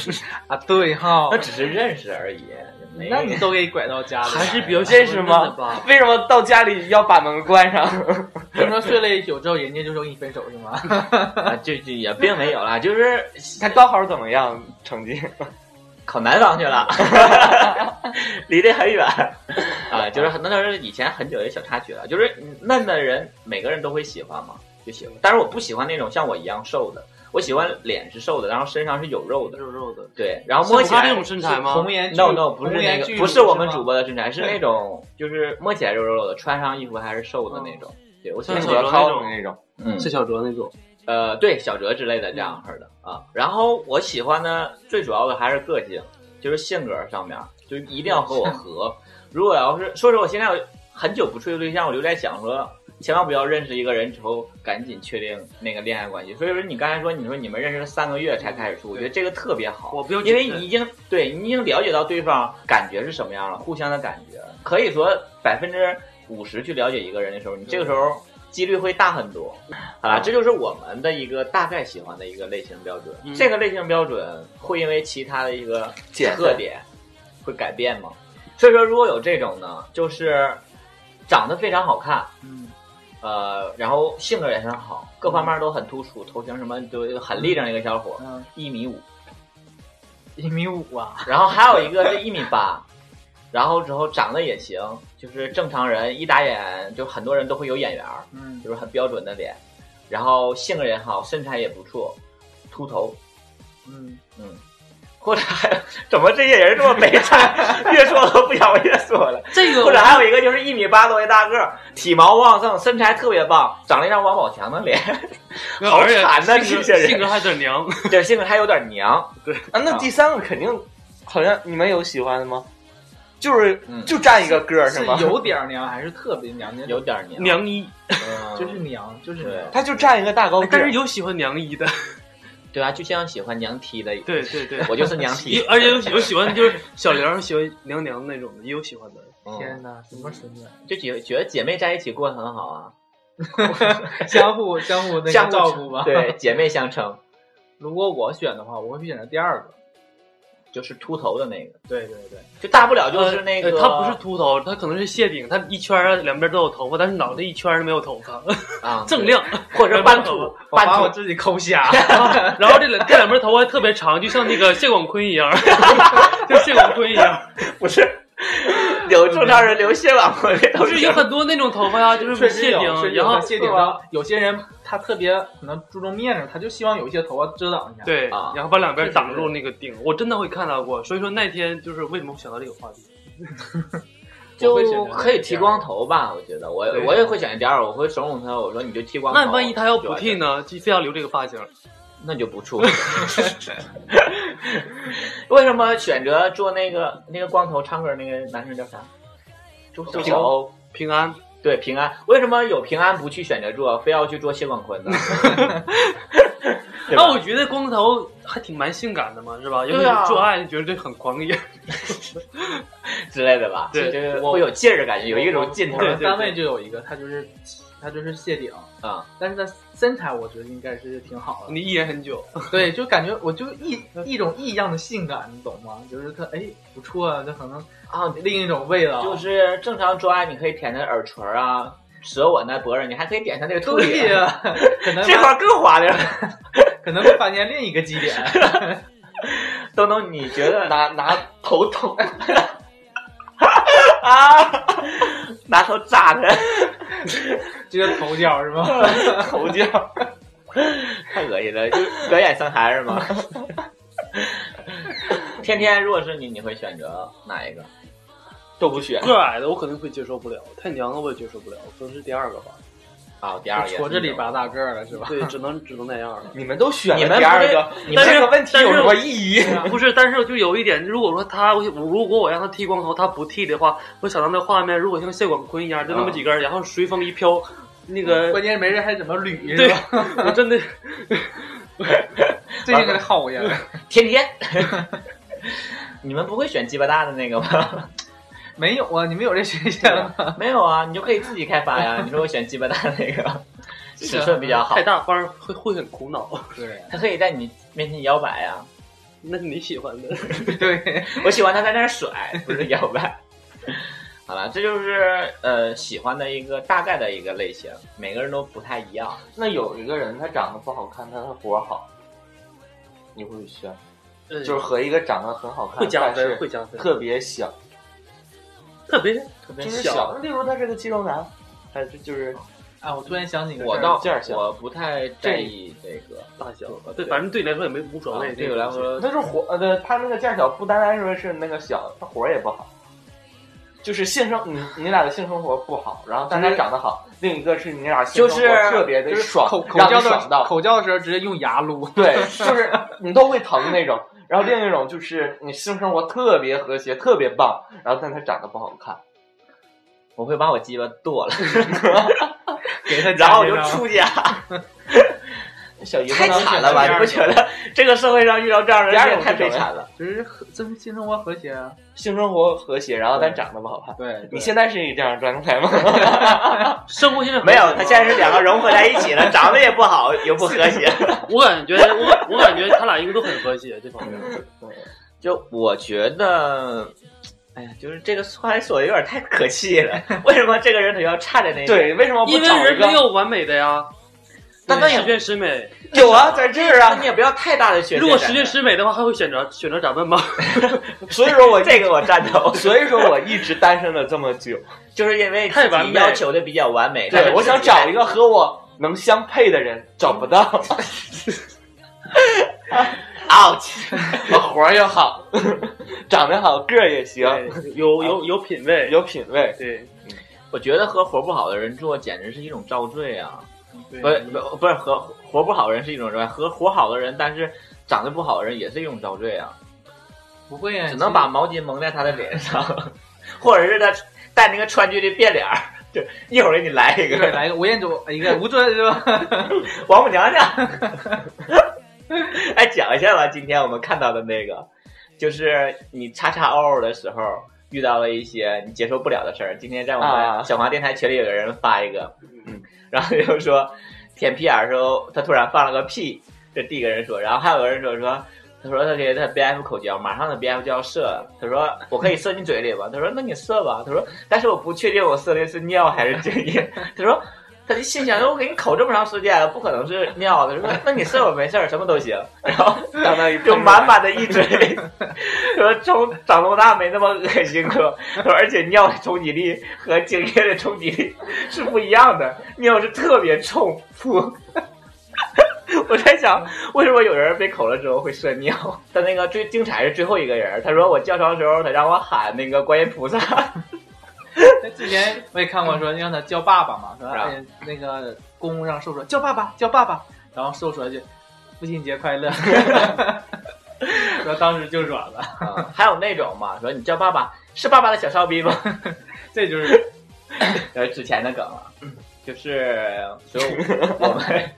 Speaker 8: 啊，对哈
Speaker 1: 那，只是认识而已，没
Speaker 8: 那你都给拐到家里来了，
Speaker 6: 还是比较
Speaker 2: 认识
Speaker 6: 喜欢
Speaker 2: 吗
Speaker 6: 的吧？
Speaker 2: 为什么到家里要把门关上？
Speaker 8: 听说睡了一宿之后，人家就说跟你分手是吗？
Speaker 1: 啊，这这也并没有啦，就是
Speaker 2: 他高考怎么样？成绩？
Speaker 1: 考南方去了， 离得很远啊，就是很那都是以前很久的小插曲了。就是嫩的人，每个人都会喜欢嘛，就喜欢。但是我不喜欢那种像我一样瘦的，我喜欢脸是瘦的，然后身上是有肉的，
Speaker 6: 肉肉的，
Speaker 1: 对，然后摸
Speaker 6: 摸
Speaker 1: 起
Speaker 6: 他这
Speaker 1: 来
Speaker 6: 种。身材吗？
Speaker 8: 红颜巨
Speaker 1: no no 不是
Speaker 8: 红
Speaker 1: 那
Speaker 8: 颜
Speaker 1: 个
Speaker 8: 巨，乳
Speaker 1: 不是我们
Speaker 8: 吗
Speaker 1: 主播的身材，是那种就是摸起来肉肉肉的，穿上衣服还是瘦的那种。对我喜欢
Speaker 6: 像
Speaker 2: 比
Speaker 6: 小
Speaker 2: 较
Speaker 6: 哲
Speaker 2: 高
Speaker 6: 那
Speaker 2: 的
Speaker 6: 种
Speaker 2: 那种。
Speaker 1: 嗯，
Speaker 6: 是小哲那种，
Speaker 1: 呃，对，小哲之类的这样式的、啊。然后我喜欢的最主要的还是个性，就是性格上面，就一定要和我合。如果要是说实话，我现在很久不处对象，我就在想说，千万不要认识一个人之后赶紧确定那个恋爱关系。所以说，你刚才说你说你们认识了三个月才开始处，我觉得这个特别好。
Speaker 6: 我不要
Speaker 1: 因为你已经对你已经了解到对方感觉是什么样了，互相的感觉，可以说百分之五十去了解一个人的时候，你这个时候几率会大很多。啊，这就是我们的一个大概喜欢的一个类型标准。
Speaker 6: 嗯
Speaker 1: 这个类型标准会因为其他的一个
Speaker 2: 减
Speaker 1: 特
Speaker 2: 分
Speaker 1: 点会改变吗？所以说，如果有这种呢，就是长得非常好看，
Speaker 8: 嗯，
Speaker 1: 呃，然后性格也很好，各方面都很突出，头型什么都很立正一个小伙，
Speaker 8: 嗯，
Speaker 1: 一米五，
Speaker 8: 一米五啊，
Speaker 1: 然后还有一个是一米八，然后之后长得也行，就是正常人一打眼就很多人都会有眼缘儿，
Speaker 8: 嗯，
Speaker 1: 就是很标准的脸，然后性格也好，身材也不错，秃头，
Speaker 8: 嗯，
Speaker 1: 或者还有 怎么这些人这么悲惨？ 越说都不想越说了。
Speaker 6: 这个
Speaker 1: 或者还有一个就是一米八多一大个儿，体毛旺盛，身材特别棒，长了一张王宝强的脸，好
Speaker 6: 而且
Speaker 1: 惨呐这
Speaker 6: 性格
Speaker 1: 些人
Speaker 6: 性格还得娘，
Speaker 1: 对，性格还有点娘。
Speaker 2: 啊，那第三个肯定，好像你们有喜欢的吗？就是
Speaker 1: 嗯
Speaker 2: 就占一个个儿
Speaker 8: 是
Speaker 2: 吗？
Speaker 8: 有点儿娘还是特别娘？
Speaker 1: 有点娘，
Speaker 6: 娘一，
Speaker 1: 嗯
Speaker 8: 就是娘，就是
Speaker 1: 对
Speaker 8: 娘。
Speaker 2: 他就占一个大高个
Speaker 6: 哎但
Speaker 2: 儿
Speaker 6: 是。有喜欢娘一的，
Speaker 1: 对吧？就像喜欢娘踢的，
Speaker 6: 对对对，
Speaker 1: 我就是娘踢
Speaker 6: 也。而 且有有喜欢就是小玲喜欢娘娘那种的，也有喜欢的。
Speaker 1: 嗯，
Speaker 8: 天哪，什么神经？
Speaker 1: 就觉觉得姐妹在一起过得很好啊，
Speaker 8: 相互相互那个
Speaker 1: 相互
Speaker 8: 照顾吧。，
Speaker 1: 对，姐妹相称，
Speaker 8: 如果我选的话，我会去选择第二个。
Speaker 1: 就是秃头的那个，
Speaker 8: 对对对，
Speaker 1: 就大不了就是那个，
Speaker 6: 呃他不是秃头，他可能是谢顶，他一圈儿啊两边都有头发，但是脑袋一圈儿没有头发，
Speaker 1: 啊
Speaker 6: 锃亮。
Speaker 1: 或者是斑秃
Speaker 6: 我，
Speaker 8: 我把我
Speaker 1: 斑 秃
Speaker 8: 自己 抠瞎。
Speaker 6: 然后这两这两边头发特别长，就像那个谢广坤一样， 就谢广坤一样，
Speaker 1: 不是。有正常人留谢网过这头
Speaker 6: 不是有很多那种头发呀，就
Speaker 8: 确
Speaker 6: 是
Speaker 8: 实
Speaker 6: 谢
Speaker 8: 有，
Speaker 6: 顶，
Speaker 8: 然
Speaker 6: 然
Speaker 8: 后
Speaker 6: 后
Speaker 8: 谢顶到有些人他特别可能注重面子，他就希望有一些头发遮挡一下。，
Speaker 6: 对，
Speaker 1: 啊
Speaker 6: 然后把两边挡住那个顶，我真的会看到过。所以说那天就是为什么我想到这个话题，
Speaker 8: 我会选
Speaker 1: 就
Speaker 8: 择
Speaker 1: 可以剃光头吧？我觉得我
Speaker 6: 对
Speaker 1: 我也会选第二，我会怂恿他，我说你就剃光头。
Speaker 6: 那万一他要
Speaker 1: 就
Speaker 6: 不
Speaker 1: 完事
Speaker 6: 剃
Speaker 1: 儿，
Speaker 6: 呢，就非要留这个发型，
Speaker 1: 那就不处。 为什么选择做那个那个光头唱歌那个男生叫啥？周
Speaker 6: 周
Speaker 1: 小欧。
Speaker 6: 平安。
Speaker 1: 对平安，为什么有平安不去选择做，非要去做谢广坤呢？对吧
Speaker 6: 那我觉得光头还挺蛮性感的嘛，是吧？尤其
Speaker 1: 对啊
Speaker 6: 是做爱，觉得这很狂野。
Speaker 1: 之类的吧，
Speaker 6: 对
Speaker 1: 就是会有劲儿的感觉，有一种劲头
Speaker 8: 我
Speaker 1: 儿
Speaker 8: 们单位就有一个，他就是他就是谢顶，
Speaker 1: 啊。嗯
Speaker 8: 但是他身材我觉得应该是挺好的。
Speaker 6: 你一眼很 久，
Speaker 8: 对，就感觉我就一一种异样的性感，你懂吗？就是他哎不错啊，这可能
Speaker 1: 啊，
Speaker 8: 另一种味道。
Speaker 1: 就是正常做爱，你可以舔他耳垂儿啊，舌吻啊，脖子，你还可以点他那个兔
Speaker 8: 哎对
Speaker 1: 脸，
Speaker 8: 呀、可能
Speaker 1: 这块儿更滑溜儿。
Speaker 8: 可能会发现另一个基点。
Speaker 1: 东东，你觉得拿拿头捅啊？ 拿头扎他，
Speaker 8: 这个头角是吗？
Speaker 1: 头掉，太恶心了，就表演生孩是吗？天天，如果是你，你会选择哪一个？
Speaker 2: 都不选。
Speaker 6: 个儿矮的我肯定会接受不了，太娘的我也接受不了，可能是第二个吧。
Speaker 1: 啊、第二个也是
Speaker 8: 矬子里拔大个儿了是吧？
Speaker 6: 对，只能只能那样 了。
Speaker 2: 你们都选
Speaker 1: 你
Speaker 2: 了
Speaker 1: 们
Speaker 2: 第二个，
Speaker 1: 不是你
Speaker 6: 但
Speaker 1: 们
Speaker 6: 是
Speaker 2: 这个问题有什么意义？
Speaker 6: 不是，但是就有一点，如果说他，我如果我让他剃光头，他不剃的话，我想到那画面，如果像谢广坤一样，就那么几根儿，然后随风一飘，那个，
Speaker 8: 关键没人还怎么捋
Speaker 6: 对
Speaker 8: 是吧？，
Speaker 6: 我真的，
Speaker 8: 这应该好呀。
Speaker 1: 天 天，你们不会选鸡巴大的那个吗？
Speaker 8: 没有啊，你们有这选项吗？
Speaker 1: 没有啊，你就可以自己开发呀。你说我选鸡巴大那个，尺寸比较好
Speaker 6: 太，大方会会很苦恼。
Speaker 8: 对
Speaker 1: 它可以在你面前摇摆啊呀。
Speaker 6: 那是你喜欢的，
Speaker 8: 对，
Speaker 1: 我喜欢他在那儿甩，不是摇摆。 好了，这就是呃喜欢的一个大概的一个类型，每个人都不太一样。
Speaker 2: 那有一个人他长得不好看，但他活好，你会选？
Speaker 6: 就
Speaker 2: 就是和一个长得很好看，
Speaker 6: 会加
Speaker 2: 但
Speaker 6: 分，
Speaker 2: 是
Speaker 6: 会加分，
Speaker 2: 特别小，
Speaker 6: 特别
Speaker 1: 特别
Speaker 2: 就是
Speaker 1: 小，
Speaker 2: 小。例如他是个肌肉男，他就就是
Speaker 8: 啊，我突然想起一个事儿，
Speaker 1: 我倒
Speaker 2: 这样小
Speaker 1: 我不太在意这个。
Speaker 6: 大小，
Speaker 1: 对
Speaker 6: 对，反正对你来说也没无所
Speaker 2: 啊
Speaker 6: 谓。
Speaker 1: 对我来，说，
Speaker 2: 他是活呃，对他那个价小不单单说是那个小，他活儿也不好，就是性生你你俩的性生活不好，然后但他长得好，另一个是你俩性生活
Speaker 1: 就是
Speaker 2: 特别的
Speaker 8: 就是
Speaker 2: 爽，
Speaker 8: 口口
Speaker 2: 让
Speaker 8: 交
Speaker 2: 你爽
Speaker 8: 的
Speaker 2: 到，
Speaker 8: 口交的时候直接用牙撸，
Speaker 2: 对，就是你都会疼那种。然后另一种就是你性生活特别和谐，特别棒，然后但他长得不好看，
Speaker 1: 我会把我鸡巴剁 了，
Speaker 8: 给他
Speaker 1: 然后我就
Speaker 8: 加上
Speaker 1: 出家。
Speaker 2: 小姨夫
Speaker 1: 太
Speaker 2: 呢
Speaker 1: 惨了吧？你不觉 得这个社会上遇到这样的人也太悲惨了？
Speaker 8: 就是和真性生活和谐啊。
Speaker 2: 性生活和谐，然后但长得不好看。
Speaker 8: 对，
Speaker 2: 你现在是一个这样的状态吗？
Speaker 6: 啊生活现在
Speaker 1: 没有，他现在是两个融合在一起了，长得也不好，也不和谐。
Speaker 6: 我感觉我我感觉他俩应该都很和谐这方面。
Speaker 1: 就我觉得，哎呀，就是这个穿锁有点太可气了。为什么这个人他要差在那？，
Speaker 2: 对，为什么不
Speaker 6: 因为
Speaker 2: 找一
Speaker 6: 人没
Speaker 2: 个？
Speaker 6: 有完美的呀，
Speaker 1: 那那也
Speaker 6: 十全十美。
Speaker 2: 有啊，在这儿
Speaker 1: 那
Speaker 2: 啊。
Speaker 1: 你也不要太大的缺陷。
Speaker 6: 如果十全十美的话，还会选择选择咱们吗？
Speaker 2: 所以说我
Speaker 1: 这个我赞同，
Speaker 2: 所以说我一直单身了这么久。
Speaker 1: 就是因为
Speaker 6: 太完美
Speaker 1: 自己要求的比较完美。但
Speaker 2: 对，
Speaker 1: 是
Speaker 2: 我想找一
Speaker 1: 个
Speaker 2: 个和我能相配的人，找不到，
Speaker 1: out，
Speaker 2: 我活儿也好，长得好，个儿也行，啊
Speaker 6: 对有有有品位，
Speaker 2: 有品位。嗯
Speaker 6: 对，
Speaker 1: 我觉得和活不好的人做简直是一种遭罪啊！
Speaker 6: 对
Speaker 1: 不不不是和活不好的人是一种罪，和活好的人，但是长得不好的人也是一种遭罪啊！
Speaker 8: 不会啊，
Speaker 1: 只能把毛巾蒙在他的脸上， 或者是他戴那个川剧的变脸儿。就一会儿给你来一
Speaker 8: 对
Speaker 1: 个，
Speaker 8: 来一个吴彦祖，一个吴尊是吧？
Speaker 1: 王母娘娘。 哎，讲一下吧，今天我们看到的那个，就是你叉叉嗷嗷的时候遇到了一些你接受不了的事儿。今天在我
Speaker 2: 啊
Speaker 1: 们小黄电台群里有个人发一个，嗯，然后就说舔屁眼儿的时候，他突然放了个屁，这第一个人说，然后还有个人说说。他说他给他 BF 口交，马上他 BF 就要射了。他说我可以射你嘴里吧？他说那你射吧。他说但是我不确定我射的是尿还是精液。 他说他就心想，我给你口这么长时间了，不可能是尿的。说那你射我没事儿，什么都行。然后
Speaker 2: 相当于
Speaker 1: 就满满的一嘴，说从长这么大没那么恶心过，说而且尿的冲击力和精液的冲击力是不一样的，尿是特别冲噗。 我在想，为什么有人被口了之后会射尿？他那个最精彩是最后一个人，他说我叫床的时候，他让我喊那个观音菩萨，
Speaker 8: 那之前我也看过说让他叫爸爸嘛，说
Speaker 1: 是啊
Speaker 8: 哎那个公务上受说叫爸爸叫爸爸，然后受说一句父亲节 快乐，说当时就软了，
Speaker 1: 啊还有那种嘛，说你叫爸爸是爸爸的小骚逼吗？
Speaker 8: 这就是
Speaker 1: 呃，之前的梗了，
Speaker 2: 嗯
Speaker 1: 就是所以我们，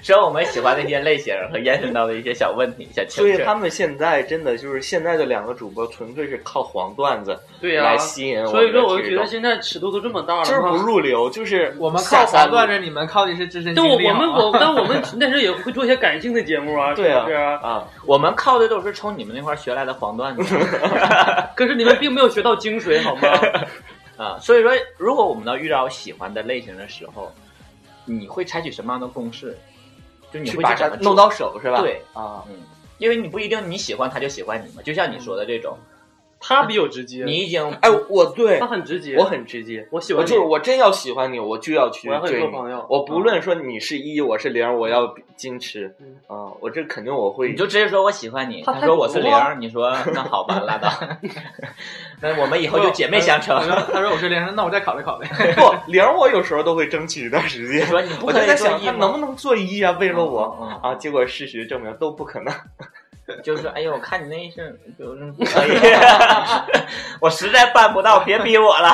Speaker 1: 所以我们喜欢的一些类型和延伸到的一些小问题、小情
Speaker 2: 所以
Speaker 1: 绪，
Speaker 2: 他们现在真的就是现在的两个主播，纯粹是靠黄段子
Speaker 6: 对呀、
Speaker 2: 来吸引我
Speaker 6: 所以
Speaker 2: 们的
Speaker 6: 说，我就
Speaker 2: 听
Speaker 6: 觉得
Speaker 2: 众，
Speaker 6: 现在尺度都这么大了，
Speaker 2: 就是不
Speaker 6: 哈
Speaker 2: 入流，就是
Speaker 8: 我们靠
Speaker 2: 下三
Speaker 8: 黄
Speaker 2: 路
Speaker 8: 段子，你们靠的是自身
Speaker 6: 但我
Speaker 8: 经历啊
Speaker 6: 我们
Speaker 8: 好吗
Speaker 6: 我但我们那时候也会做一些感性的节目啊，
Speaker 2: 对
Speaker 6: 是
Speaker 2: 啊
Speaker 6: 不是啊？
Speaker 2: 啊，
Speaker 1: 我们靠的都是从你们那块儿学来的黄段子
Speaker 6: 可是你们并没有学到精髓，好吗？
Speaker 1: 啊。所以说，如果我们能遇到喜欢的类型的时候，你会采取什么样的公式？就你
Speaker 2: 去
Speaker 1: 会
Speaker 2: 把
Speaker 1: 去
Speaker 2: 它
Speaker 1: 怎么做
Speaker 2: 弄到手是吧？
Speaker 1: 对
Speaker 2: 啊，
Speaker 1: 嗯，因为你不一定你喜欢他就喜欢你嘛。就像你说的这种，
Speaker 6: 他比较直接，
Speaker 1: 你已经
Speaker 2: 哎，我对
Speaker 6: 他很直接，
Speaker 2: 我很直接，
Speaker 6: 我喜
Speaker 2: 我
Speaker 6: 欢
Speaker 2: 就是
Speaker 6: 你，
Speaker 2: 我真要喜欢你，我就要去
Speaker 6: 我要和你
Speaker 2: 追
Speaker 6: 做
Speaker 2: 你。
Speaker 6: 朋友。
Speaker 2: 我不论说你是一，我是零，我要矜持
Speaker 6: 嗯
Speaker 2: 啊，我这肯定我会。
Speaker 1: 你就直接说我喜欢你，
Speaker 6: 他
Speaker 1: 他
Speaker 6: 太
Speaker 1: 说我是
Speaker 6: 毒
Speaker 1: 零
Speaker 6: 了
Speaker 1: 儿，你说那好吧，拉 倒。 那我们以后就姐妹相称。
Speaker 8: 他说他说我是连上，那我再考虑考虑。
Speaker 2: 不零，我有时候都会争取一段时间。
Speaker 1: 说你不
Speaker 2: 我
Speaker 1: 可
Speaker 2: 就
Speaker 1: 以
Speaker 2: 在
Speaker 1: 做
Speaker 2: 想
Speaker 1: 一
Speaker 2: 他
Speaker 1: 吗
Speaker 2: 能不能做一啊？为了我
Speaker 1: 嗯嗯
Speaker 2: 啊，结果事实证明都不可能。
Speaker 1: 就是说哎呦，我看你那一身，就是不可 以，我实在办不到，别逼我 了。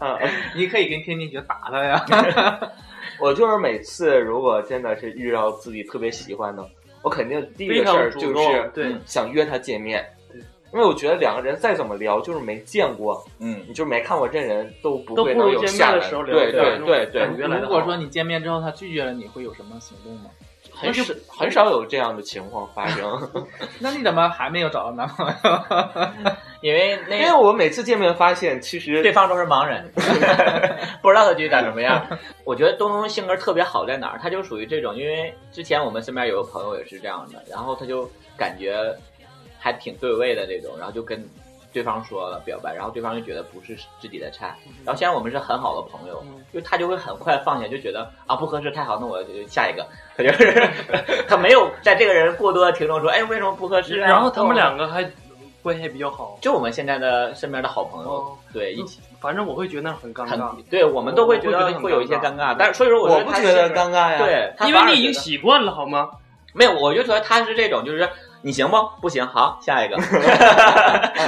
Speaker 2: 啊，
Speaker 8: 你可以跟天津学打他呀，
Speaker 2: 我就是每次如果真的是遇到自己特别喜欢的，我肯定第一
Speaker 6: 非
Speaker 2: 个事
Speaker 6: 常
Speaker 2: 儿
Speaker 6: 主
Speaker 2: 就
Speaker 6: 动，
Speaker 2: 是嗯
Speaker 6: 对，
Speaker 2: 想约他见面，因为我觉得两个人再怎么聊，就是没见过，
Speaker 1: 嗯，
Speaker 2: 你就是没看过真人，都不
Speaker 6: 都
Speaker 2: 会
Speaker 6: 不
Speaker 2: 能
Speaker 6: 如
Speaker 2: 有
Speaker 6: 见
Speaker 2: 下
Speaker 6: 面的
Speaker 2: 文。
Speaker 6: 时候聊
Speaker 2: 对
Speaker 6: 对
Speaker 2: 对
Speaker 6: 那种
Speaker 2: 对对
Speaker 6: 感觉，
Speaker 8: 如果说你见面之后他拒绝了，你会有什么行动吗？
Speaker 2: 很
Speaker 6: 那就
Speaker 2: 少很少有这样的情况发生，
Speaker 8: 那你怎么还没有找到男朋友？
Speaker 1: 因为
Speaker 2: 因
Speaker 1: 那
Speaker 2: 为
Speaker 1: 个
Speaker 2: 我每次见面发现，其
Speaker 1: 对
Speaker 2: 实
Speaker 1: 方都是盲 人，不知道他具体长什么样。我觉得东东性格特别好在哪儿，他就属于这种，因为之前我们身边有个朋友也是这样的，然后他就感觉还挺对味的这种，然后就跟对方说了表白，然后对方就觉得不是自己的菜，
Speaker 6: 嗯
Speaker 1: 然后现在我们是很好的朋友，就他就会很快放下，就觉得啊不合适，太好，那我就下一个， 他就是 他没有在这个人过多的停留说，哎为什么不合适啊、
Speaker 6: 然后他们两个还关系还比较好，
Speaker 1: 就我们现在的身边的好朋友，
Speaker 6: 哦
Speaker 1: 对一起
Speaker 6: 反正我会觉得那很尴
Speaker 1: 很
Speaker 6: 尬，
Speaker 1: 对我们都会觉
Speaker 6: 我会
Speaker 1: 得
Speaker 6: 觉得很
Speaker 1: 会有一些
Speaker 6: 尴
Speaker 1: 尴尬，但是所以说
Speaker 2: 我
Speaker 1: 觉得
Speaker 2: 不
Speaker 1: 他
Speaker 2: 觉
Speaker 1: 性
Speaker 2: 得
Speaker 1: 格
Speaker 2: 尴尬呀。
Speaker 1: 对，他
Speaker 6: 因
Speaker 1: 反
Speaker 6: 为
Speaker 1: 而
Speaker 6: 你已经
Speaker 1: 觉得
Speaker 6: 习惯了，好吗？
Speaker 1: 没有，我就觉得他是这种，就是你行不？不行，好，下一个。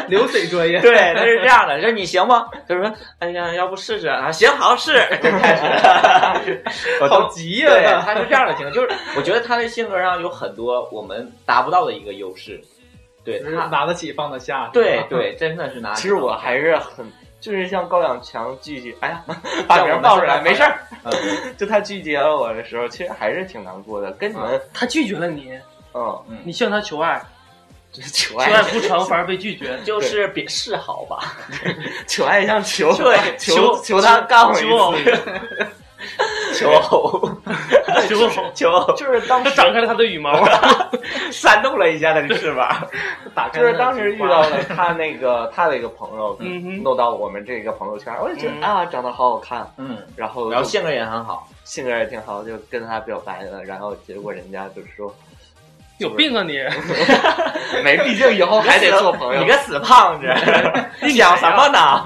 Speaker 8: 流水作业，
Speaker 1: 对，他是这样的，就是你行吗？他说，哎呀，要不试试啊？行，好，试，就开始了。我都
Speaker 8: 好急呀、
Speaker 1: 对，他是这样的情况，就是我觉得他的性格上有很多我们达不到的一个优势。对
Speaker 8: 就是啊
Speaker 1: 他，
Speaker 8: 拿得起放得下。
Speaker 1: 对对，真的是拿。
Speaker 2: 啊其实我还是很，就是像高晓强拒绝，哎呀，
Speaker 1: 像
Speaker 2: 把
Speaker 1: 我
Speaker 2: 名
Speaker 1: 们
Speaker 2: 报出来
Speaker 1: 这样
Speaker 2: 没事儿。
Speaker 1: 嗯
Speaker 2: 就他拒绝了我的时候，其实还是挺难过的。跟你们，
Speaker 6: 他拒绝了你，
Speaker 2: 嗯，
Speaker 6: 你向他求爱，
Speaker 2: 就是求
Speaker 6: 求爱
Speaker 2: 爱，
Speaker 6: 不成反而被拒绝，
Speaker 1: 就是别示好吧，
Speaker 2: 求爱像求，
Speaker 1: 对
Speaker 2: 求
Speaker 6: 求
Speaker 2: 求他干我
Speaker 6: 求偶
Speaker 2: 一次，
Speaker 1: 求偶，
Speaker 6: 求偶，
Speaker 1: 求偶，
Speaker 2: 就是当
Speaker 6: 他
Speaker 2: 时
Speaker 6: 展开了他的羽毛，
Speaker 1: 扇动了一下他的翅膀。
Speaker 8: 打开
Speaker 2: 就是当时遇到了他那个他的一个朋友
Speaker 6: 嗯哼
Speaker 2: 弄到我们这个朋友圈，我就觉
Speaker 6: 嗯
Speaker 2: 得啊，长得好好看，
Speaker 1: 嗯，
Speaker 2: 然后
Speaker 1: 然后
Speaker 2: 就
Speaker 1: 性格也很好。
Speaker 2: 性格也挺好，就跟他表白了，然后结果人家就 说
Speaker 6: 有病啊你！
Speaker 2: 没，毕竟以后还得做朋 友
Speaker 1: 你。个死胖子，你想什么呢？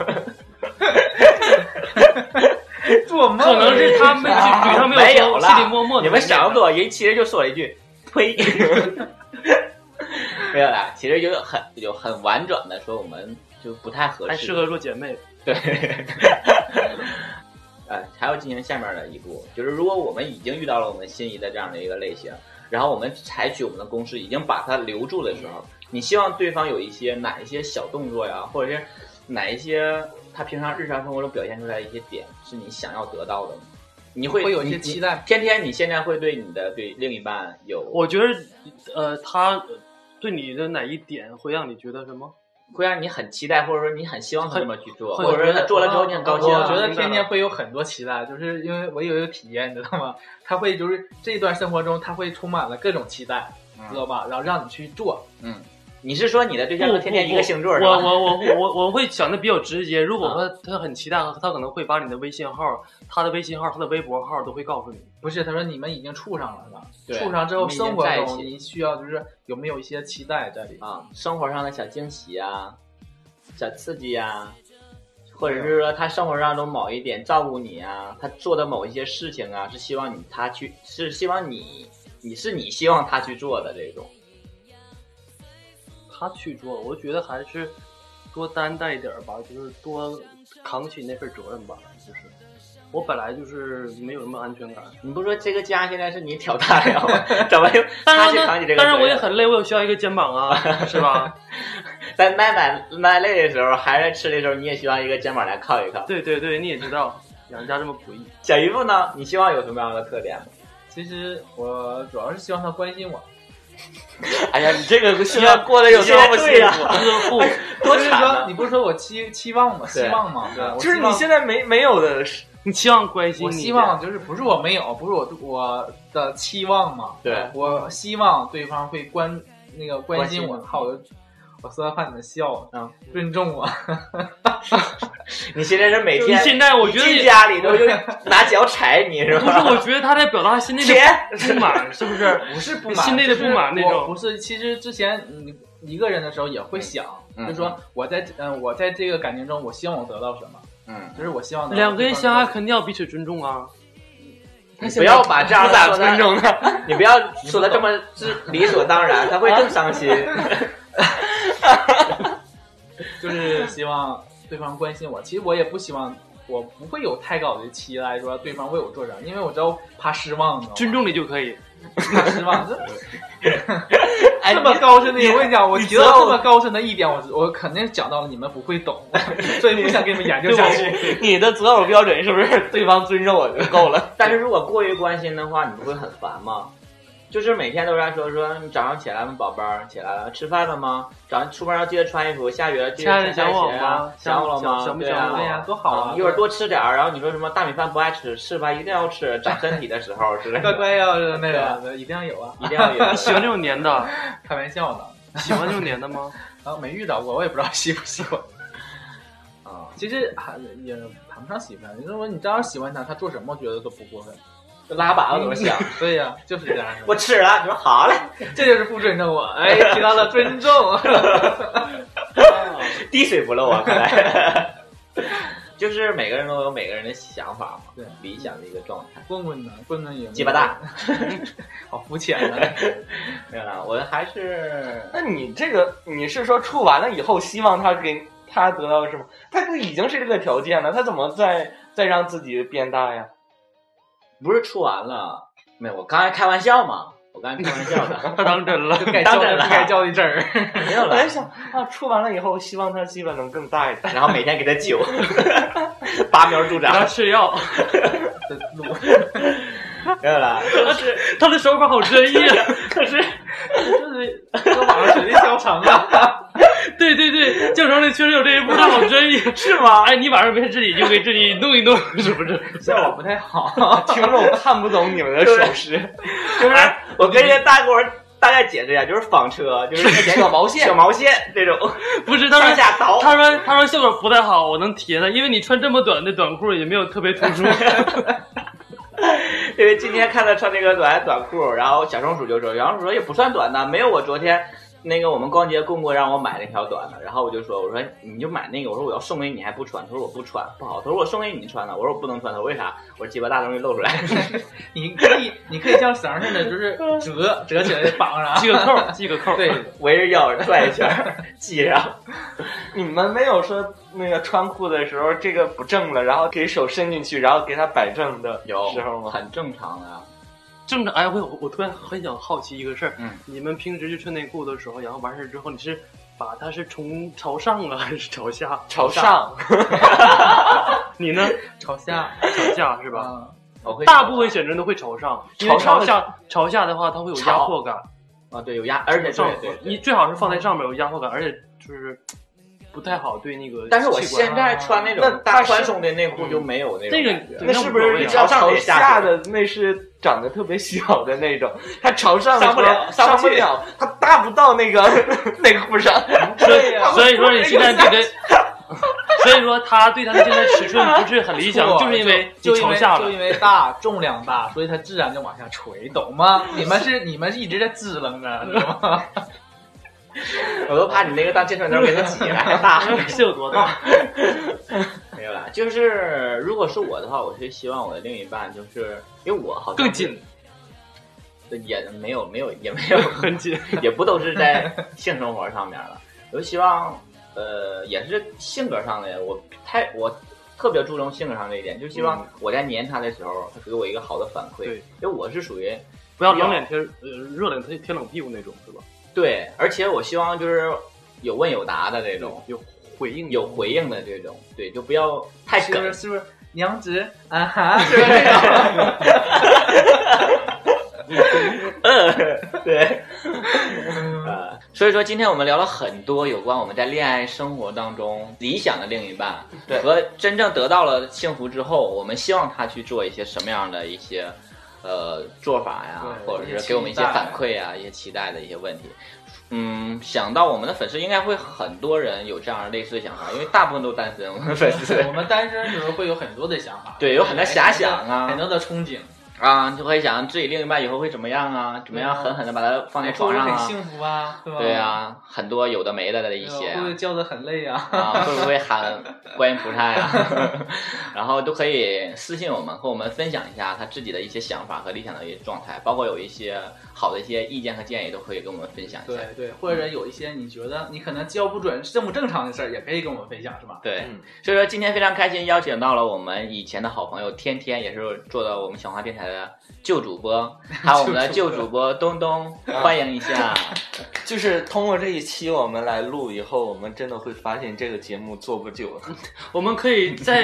Speaker 8: 做梦，
Speaker 6: 可能是他们嘴上
Speaker 1: 没
Speaker 6: 有
Speaker 1: 有
Speaker 6: 说，
Speaker 1: 了
Speaker 6: 心里默默 的。
Speaker 1: 你们想多，人其实就说了一句“呸”， 没有啦。其实就很有很婉转的说，我们就不太合
Speaker 6: 还
Speaker 1: 适，
Speaker 6: 适合做姐妹，
Speaker 1: 对。 呃，还要进行下面的一步，就是如果我们已经遇到了我们心仪的这样的一个类型，然后我们采取我们的公式，已经把他留住的时候，你希望对方有一些哪一些小动作呀，或者是哪一些他平常日常生活中表现出来的一些点，是你想要得到的吗？你会
Speaker 8: 会有一
Speaker 1: 你
Speaker 8: 些期待。
Speaker 1: 天天你现在会对你的对另一半有，
Speaker 6: 我觉得，呃，他呃对你的哪一点会让你觉得什么？
Speaker 1: 会让你很期待，或者说你很希望他这么去做，
Speaker 6: 很
Speaker 1: 或者
Speaker 8: 我
Speaker 1: 说
Speaker 8: 觉
Speaker 1: 他
Speaker 8: 得啊
Speaker 1: 做了之后你很高兴。
Speaker 8: 我觉得
Speaker 6: 明白
Speaker 8: 天天
Speaker 6: 了
Speaker 8: 会有很多期待，就是因为我有一个体验，你知道吗？他会就是这一段生活中，他会充满了各种期待，知道吧？然后让你去做，
Speaker 1: 你是说你的对象
Speaker 6: 不
Speaker 1: 和天天一个星座是
Speaker 6: 我
Speaker 1: 吧？
Speaker 6: 我我我我会想的比较直接。如果说他很期待，他可能会把你的微信号、他的微信号、他的微博号都会告诉你。
Speaker 8: 不是？他说你们已经处上了，是吧？
Speaker 1: 对
Speaker 8: 处上之
Speaker 1: 你
Speaker 8: 后，
Speaker 1: 们已经
Speaker 8: 生活
Speaker 1: 在一
Speaker 8: 中
Speaker 1: 起
Speaker 8: 你需要就是有没有一些期待在里？
Speaker 1: 啊，生活上的小惊喜啊，小刺激啊，或者是说他生活当中某一点照顾你啊，他做的某一些事情啊，是希望你他去，是希望你，你是你希望他去做的这种。
Speaker 6: 他去做，我觉得还是多担待一点儿吧，就是多扛起那份责任吧。就是我本来就是没有什么安全感，
Speaker 1: 你不是说这个家现在是你挑大梁吗？怎么又他
Speaker 6: 但
Speaker 1: 去
Speaker 6: 是
Speaker 1: 扛
Speaker 6: 呢
Speaker 1: 起这，个责任？
Speaker 6: 但是我也很累，我也需要一个肩膀啊，是吧？
Speaker 1: 在奶奶奶累的时候，孩子吃的时候，你也希望一个肩膀来靠一靠。
Speaker 6: 对对对，你也知道，养家这么不易。
Speaker 1: 小姨夫呢？你希望有什么样的特点吗？
Speaker 8: 其实我主要是希望他关心我，
Speaker 1: 哎呀，你这个希
Speaker 6: 望
Speaker 1: 过得
Speaker 6: 有多不
Speaker 1: 对
Speaker 6: 幸
Speaker 1: 呀、
Speaker 6: 福，
Speaker 2: 啊
Speaker 6: 就是不，
Speaker 1: 多
Speaker 8: 不是
Speaker 1: 惨
Speaker 8: 说
Speaker 1: 啊！
Speaker 8: 你不是说我期期望吗？希
Speaker 1: 对
Speaker 8: 望吗？啊对，我
Speaker 2: 就是
Speaker 8: 希
Speaker 2: 你
Speaker 8: 望
Speaker 2: 现在没没有的是，
Speaker 6: 你期望关心
Speaker 8: 我
Speaker 6: 你一
Speaker 8: 希
Speaker 6: 点，
Speaker 8: 望就是不是我没有，不是我我的期望嘛？
Speaker 1: 对
Speaker 8: 我希望对方会关那个关心我
Speaker 1: 关心。你
Speaker 8: 靠，我我吃完饭你们笑，
Speaker 1: 嗯，
Speaker 8: 尊重我。
Speaker 1: 你现在是每
Speaker 6: 你
Speaker 1: 天
Speaker 6: 现在我觉得
Speaker 1: 进
Speaker 6: 也。
Speaker 1: 家里都就拿脚踩你是
Speaker 6: 不是，我
Speaker 1: 吧？
Speaker 6: 觉得他在表达心内的
Speaker 1: 钱
Speaker 6: 不满，是不是？
Speaker 8: 不是不满，
Speaker 6: 心内的不满那
Speaker 8: 就是我
Speaker 6: 种
Speaker 8: 不是，其实之前你一个人的时候也会想，
Speaker 1: 嗯
Speaker 8: 就是说我在嗯、我在这个感情中，我希望我得到什么？
Speaker 1: 嗯，
Speaker 8: 就是我希望得到
Speaker 6: 两个人相爱
Speaker 8: 对方
Speaker 6: 肯定要彼此尊重啊。
Speaker 1: 不要把这样
Speaker 2: 咋
Speaker 1: 的
Speaker 2: 尊 重呢？
Speaker 1: 你不要说的这么是理所当然，他会更伤心。
Speaker 8: 就是希望对方关心我。其实我也不希望。我不会有太高的期待，说对方为我做啥，因为我知道怕失望，你知
Speaker 6: 尊
Speaker 8: 道吗？
Speaker 6: 重你就可以。
Speaker 8: 怕失望，这
Speaker 1: 哎，
Speaker 8: 这么高深的，我跟你讲，啊我
Speaker 1: 你
Speaker 8: 提到
Speaker 1: 知道
Speaker 8: 这么高深的一点，我我肯定讲到了你们不会 懂，所以不想给你们研究下去。
Speaker 2: 你的择偶标准是不是 对方尊重我就够了？
Speaker 1: 但是如果过于关心的话，你不会很烦吗？就是每天都在说说你早上起来吗，宝贝儿，起来了，吃饭了吗？早上出门要记得穿衣服，下雨了记
Speaker 6: 亲爱
Speaker 1: 得
Speaker 6: 的，
Speaker 1: 穿
Speaker 6: 想我
Speaker 1: 鞋啊
Speaker 6: 吗？，
Speaker 1: 想我了
Speaker 6: 想
Speaker 1: 吗？
Speaker 6: 想不
Speaker 1: 对
Speaker 6: 想
Speaker 1: 啊
Speaker 6: 我
Speaker 8: 对呀、多好啊！
Speaker 1: 一会儿多吃点儿，然后你说什么大米饭不爱吃，是吧？一定要吃，长身体的时候之类
Speaker 8: 乖
Speaker 1: 的，
Speaker 8: 乖要是那个，一定要有啊！
Speaker 1: 一定要有。
Speaker 6: 喜欢这种黏的，
Speaker 8: 开玩笑呢，
Speaker 6: 喜欢这种黏的吗？
Speaker 8: 然后没遇到过，我也不知道喜不喜欢。
Speaker 1: 啊，
Speaker 8: 其实还也谈不上喜欢，你说你真要是喜欢他，他做什么我觉得都不过分。嗯
Speaker 1: 拉粑粑怎么想？
Speaker 8: 对呀、就是这样的。
Speaker 1: 我吃了，你说好嘞，
Speaker 8: 这就是不尊重我，哎，提到了尊 重，
Speaker 1: 滴水不漏啊，看来。 就是每个人都有每个人的想法嘛，
Speaker 8: 对
Speaker 1: 理想的一个状态。
Speaker 8: 棍棍呢？棍棍也没有
Speaker 1: 鸡巴大，
Speaker 8: 好肤浅啊！
Speaker 1: 对了，我还是
Speaker 2: 那你这个你是说处完了以后，希望他给他得到什么？他这已经是这个条件了，他怎么再再让自己变大呀？
Speaker 1: 不是出完了？没有，我刚才开玩笑嘛，我刚才开玩笑的，
Speaker 6: 他当真了，
Speaker 8: 该
Speaker 1: 当
Speaker 8: 叫
Speaker 1: 然
Speaker 8: 的
Speaker 1: 了
Speaker 8: 不该叫的真儿。
Speaker 1: 没有
Speaker 2: 我
Speaker 1: 了
Speaker 2: 在。想啊，处完了以后，希望他基本能更大一点。
Speaker 1: 然后每天给他酒， 拔苗助
Speaker 6: 给他
Speaker 1: 长，
Speaker 6: 吃药。
Speaker 8: 这路
Speaker 1: 没有了。就是
Speaker 6: 他的手法好专业，可是
Speaker 8: 就是跟网上水力相乘啊！
Speaker 6: 对对对，教程里确实有这一步，他好专业，是吗？哎，你晚上没事自己就给自己弄一弄， 是不是？
Speaker 8: 效果不太好，
Speaker 2: 听众看不懂你们的手势，
Speaker 1: 就是我跟人家大伙儿大概解释一下，就是纺车，就是剪小毛线、小毛线这种
Speaker 6: 不是，他
Speaker 1: 上
Speaker 6: 说
Speaker 1: 下倒。
Speaker 6: 他说他说效果不太好，我能体验到，因为你穿这么短的短裤也没有特别突出。
Speaker 1: 因为今天看他穿这个短短裤，然后小松鼠就说：“小松鼠说也不算短的，没有我昨天那个我们逛街棍棍让我买那条短的。”然后我就说：“我说你就买那个，我说我要送给你还不穿。”他说：“我不穿，不好。”他说：“我送给你穿的。”我说：“我不能穿。”他说：“为啥？”我说：“鸡巴大容易露出来。
Speaker 8: 你可以你可以像绳似的，就是折折起来绑上啊。
Speaker 6: 系个扣儿，系个扣儿。
Speaker 8: 对，
Speaker 1: 围着腰转一圈儿，系上。
Speaker 2: 你们没有说那个穿裤的时候这个不正了，然后给手伸进去，然后给他摆正的
Speaker 1: 有
Speaker 2: 时候吗？
Speaker 1: 很正常的啊。
Speaker 6: 正常，哎，我有我突然很想好奇一个事儿，
Speaker 5: 嗯，
Speaker 6: 你们平时就穿内裤的时候，然后完事儿之后，你是把它是从朝上啊，还是朝下？
Speaker 2: 朝上，
Speaker 6: 你呢？
Speaker 8: 朝下
Speaker 6: 朝下是吧？
Speaker 8: 啊，
Speaker 2: 我会
Speaker 6: 大部分选择都会朝上，因为
Speaker 2: 朝上
Speaker 6: 朝下朝下的话，它会有压迫感。
Speaker 1: 啊，对，有压，而且
Speaker 6: 上
Speaker 1: 对对对。
Speaker 6: 你最好是放在上面有压迫感，而且就是不太好对那个。啊
Speaker 1: 但是我现在穿那种
Speaker 2: 嗯
Speaker 1: 大宽松的内裤
Speaker 6: 嗯
Speaker 1: 就没有那种
Speaker 6: 这个
Speaker 1: 感觉
Speaker 6: 对
Speaker 2: 那是不是
Speaker 6: 那
Speaker 2: 你
Speaker 6: 无
Speaker 2: 知
Speaker 6: 所
Speaker 2: 道
Speaker 1: 谓啊朝
Speaker 2: 朝下
Speaker 1: 上得
Speaker 2: 的那是长得特别小的那种，它朝上
Speaker 1: 上不了上
Speaker 2: 上
Speaker 1: 不
Speaker 2: 不
Speaker 1: 去
Speaker 2: 了，它搭不到那个 内裤上。
Speaker 6: 嗯所以所以说你现在对他， 所以说他对他的现在尺寸不是很理想，
Speaker 8: 错
Speaker 6: 就是因为你
Speaker 8: 就因
Speaker 6: 朝
Speaker 8: 为
Speaker 6: 下
Speaker 8: 就
Speaker 6: 了。
Speaker 8: 因为大重量大，啊所以它自然就往下垂，懂吗？你们是你们是一直在支棱着，懂吗？
Speaker 1: 我都怕你那个当健身头给它挤了， 还大。
Speaker 6: 是有多大？
Speaker 1: 没有啦，就是如果是我的话，我是希望我的另一半就是因为我好像
Speaker 6: 更紧，
Speaker 1: 是，也没有没有也没有
Speaker 6: 很紧。
Speaker 1: 也不都是在性生活上面了。我就希望，呃，也是性格上的，我太我特别注重性格上这一点，就希望我在黏他的时候，他给我一个好的反馈。
Speaker 6: 嗯对
Speaker 1: 因为我是属于
Speaker 6: 不要冷脸贴，呃，热脸贴贴冷屁股那种，是吧？
Speaker 1: 对，而且我希望就是有问有答的这种，
Speaker 6: 有回应
Speaker 1: 有回应的这种，对，就不要太
Speaker 8: 是不
Speaker 1: 梗
Speaker 8: 是。是不是娘子啊哈？
Speaker 1: 对，呃，所以说今天我们聊了很多有关我们在恋爱生活当中理想的另一半
Speaker 2: 对
Speaker 1: 和真正得到了幸福之后，我们希望他去做一些什么样的一些呃做法呀，
Speaker 8: 对
Speaker 1: 或者
Speaker 8: 一
Speaker 1: 是
Speaker 8: 些
Speaker 1: 给我们一些
Speaker 8: 期待
Speaker 1: 反馈啊，一些期待的一些问题。嗯，想到我们的粉丝应该会很多人有这样类似的想法，因为大部分都单身，我们粉丝
Speaker 8: 我们单身的时候会有很多的想法，
Speaker 1: 对有很多遐想啊
Speaker 8: 很多的憧憬，
Speaker 1: 啊，就会想自己另一半以后会怎么样啊，怎么样
Speaker 8: 对啊
Speaker 1: 狠狠的把他放在
Speaker 8: 会不
Speaker 1: 床
Speaker 8: 会
Speaker 1: 上
Speaker 8: 很
Speaker 1: 啊，
Speaker 8: 幸福啊？对吧？
Speaker 1: 对啊，很多有的没的的一
Speaker 8: 对吧，
Speaker 1: 些啊
Speaker 8: 会不会叫的很累啊？
Speaker 1: 啊，会不会喊观音菩萨呀、 然后都可以私信我们，和我们分享一下他自己的一些想法和理想的一些状态，包括有一些好的一些意见和建议，都可以跟我们分享一下。
Speaker 8: 对对，或者有一些你觉得你可能教不准是正不正常的事儿，也可以跟我们分享，是吧？
Speaker 1: 对，
Speaker 2: 嗯
Speaker 1: 所以说今天非常开心，邀请到了我们以前的好朋友天天，也是做到我们小花电台的旧主播，还有我们的旧主播东东，欢迎一下。
Speaker 2: 就是通过这一期我们来录以后，我们真的会发现这个节目做不久了。
Speaker 6: 我们可以在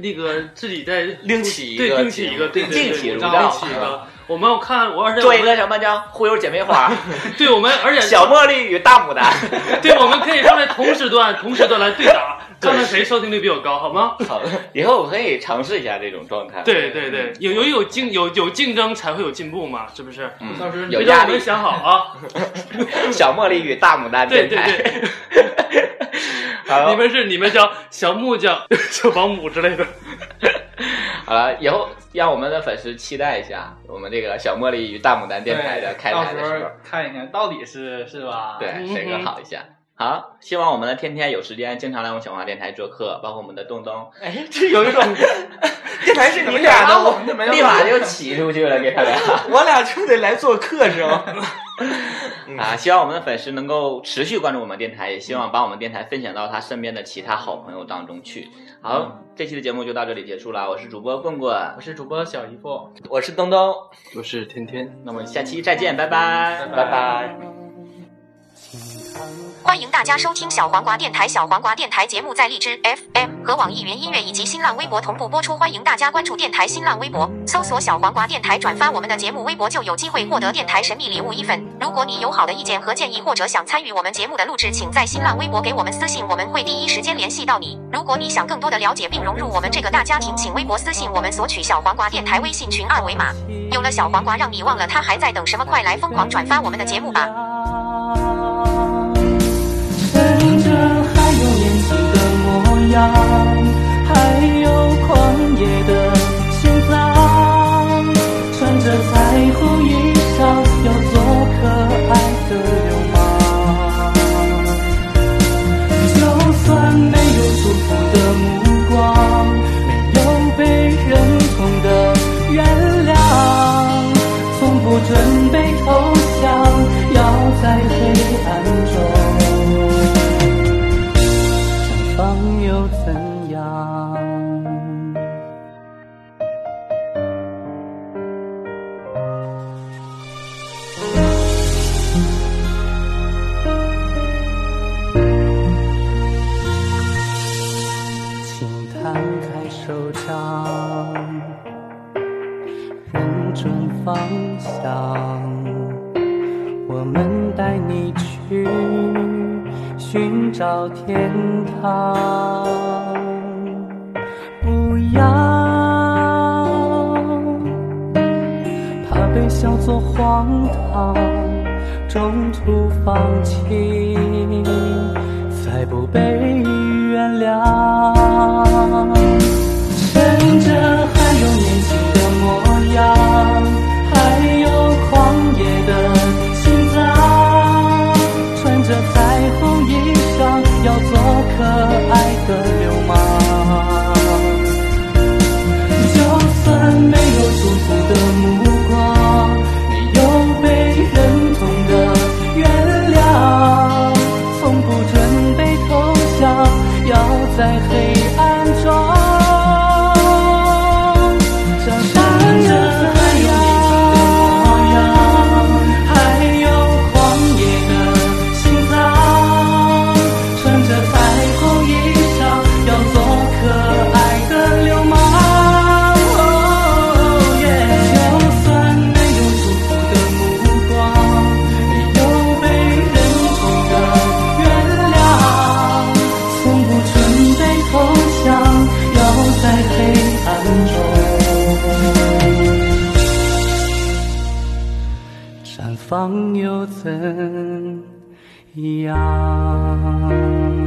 Speaker 6: 那个自己再
Speaker 2: 另起一个
Speaker 6: 对，另起一个，对，对对
Speaker 1: 另起炉
Speaker 6: 另
Speaker 1: 灶
Speaker 6: 起一个。我们要看，我而且我
Speaker 1: 做一
Speaker 6: 们
Speaker 1: 个什么叫忽悠姐妹花，
Speaker 6: 对我们，而且
Speaker 1: 小茉莉与大牡丹。
Speaker 6: 对，我们可以放在同时段，同时段来对打，看看谁收听率比较高，好吗？
Speaker 2: 好了，
Speaker 1: 以后我可以尝试一下这种状态。
Speaker 6: 对对对，有有有竞有有竞争才会有进步嘛，是不是？
Speaker 1: 嗯
Speaker 8: 到时候
Speaker 1: 有
Speaker 6: 这让
Speaker 1: 压
Speaker 6: 我们
Speaker 1: 力。
Speaker 6: 想好啊，
Speaker 1: 小茉莉与大牡丹
Speaker 6: 对
Speaker 1: 电
Speaker 6: 对
Speaker 1: 台。
Speaker 6: 对，
Speaker 1: 好
Speaker 6: 你们是你们叫小木匠、小保姆之类的，
Speaker 1: 好了，以后让我们的粉丝期待一下我们这个小茉莉与大牡丹电台的
Speaker 8: 对
Speaker 1: 开
Speaker 8: 到
Speaker 1: 台
Speaker 8: 时
Speaker 1: 的时
Speaker 8: 候
Speaker 1: 候，
Speaker 8: 看一看到底是是吧？
Speaker 1: 对
Speaker 6: 嗯
Speaker 1: 谁更好一些。好，希望我们的天天有时间，经常来我们小黄电台做客，包括我们的东东，
Speaker 2: 哎，这有一种，这还是
Speaker 8: 怎么
Speaker 2: 你
Speaker 8: 就拉
Speaker 2: 俩的，
Speaker 8: 我
Speaker 2: 我
Speaker 8: 们怎么
Speaker 1: 立马就骑出去了，给他俩。
Speaker 2: 我俩就得来做客是吗？
Speaker 1: 啊，希望我们的粉丝能够持续关注我们电台，也希望把我们电台分享到他身边的其他好朋友当中去。好，这期的节目就到这里结束了，我是主播棍棍
Speaker 8: 我，是主播小姨夫，
Speaker 2: 我是东东，
Speaker 6: 我是天天。
Speaker 1: 那么下期再见，拜拜。
Speaker 2: 拜拜。
Speaker 9: 欢迎大家收听小黄瓜电台。小黄瓜电台节目在荔枝 FM 和网易云音乐以及新浪微博同步播出，欢迎大家关注电台新浪微博，搜索“小黄瓜电台”，转发我们的节目微博就有机会获得电台神秘礼物一份。如果你有好的意见和建议，或者想参与我们节目的录制，请在新浪微博给我们私信，我们会第一时间联系到你。如果你想更多的了解并融入我们这个大家庭，请微博私信我们索取小黄瓜电台微信群二维码。有了小黄瓜，让你忘了他还在等什么，快来疯狂转发我们的节目吧！
Speaker 10: 反映着还有年轻的模样，还有狂野的心脏，穿着彩虹衣裳，要做可爱的流氓。就算没有祝福的目光，没有被认同的原谅，从不准备投降，要在黑暗中绽放又怎样？
Speaker 4: 想，我们带你去寻找天堂。不要怕被笑作荒唐，中途放弃，才不被原谅。趁着还有年轻的模样，还有狂野的心脏，穿着彩虹衣裳，要做可爱的流氓。就算没有祝福的目光，没有被认同的原谅，从不准备投降，要在黑暗中。找寻着还有年轻的模样，还有狂野的心脏，穿着彩虹衣裳，要做可爱的流氓。哦耶就算没有祝福的目光，没有被认同的原谅，从不准备投降，要在黑暗中。绽放又怎样？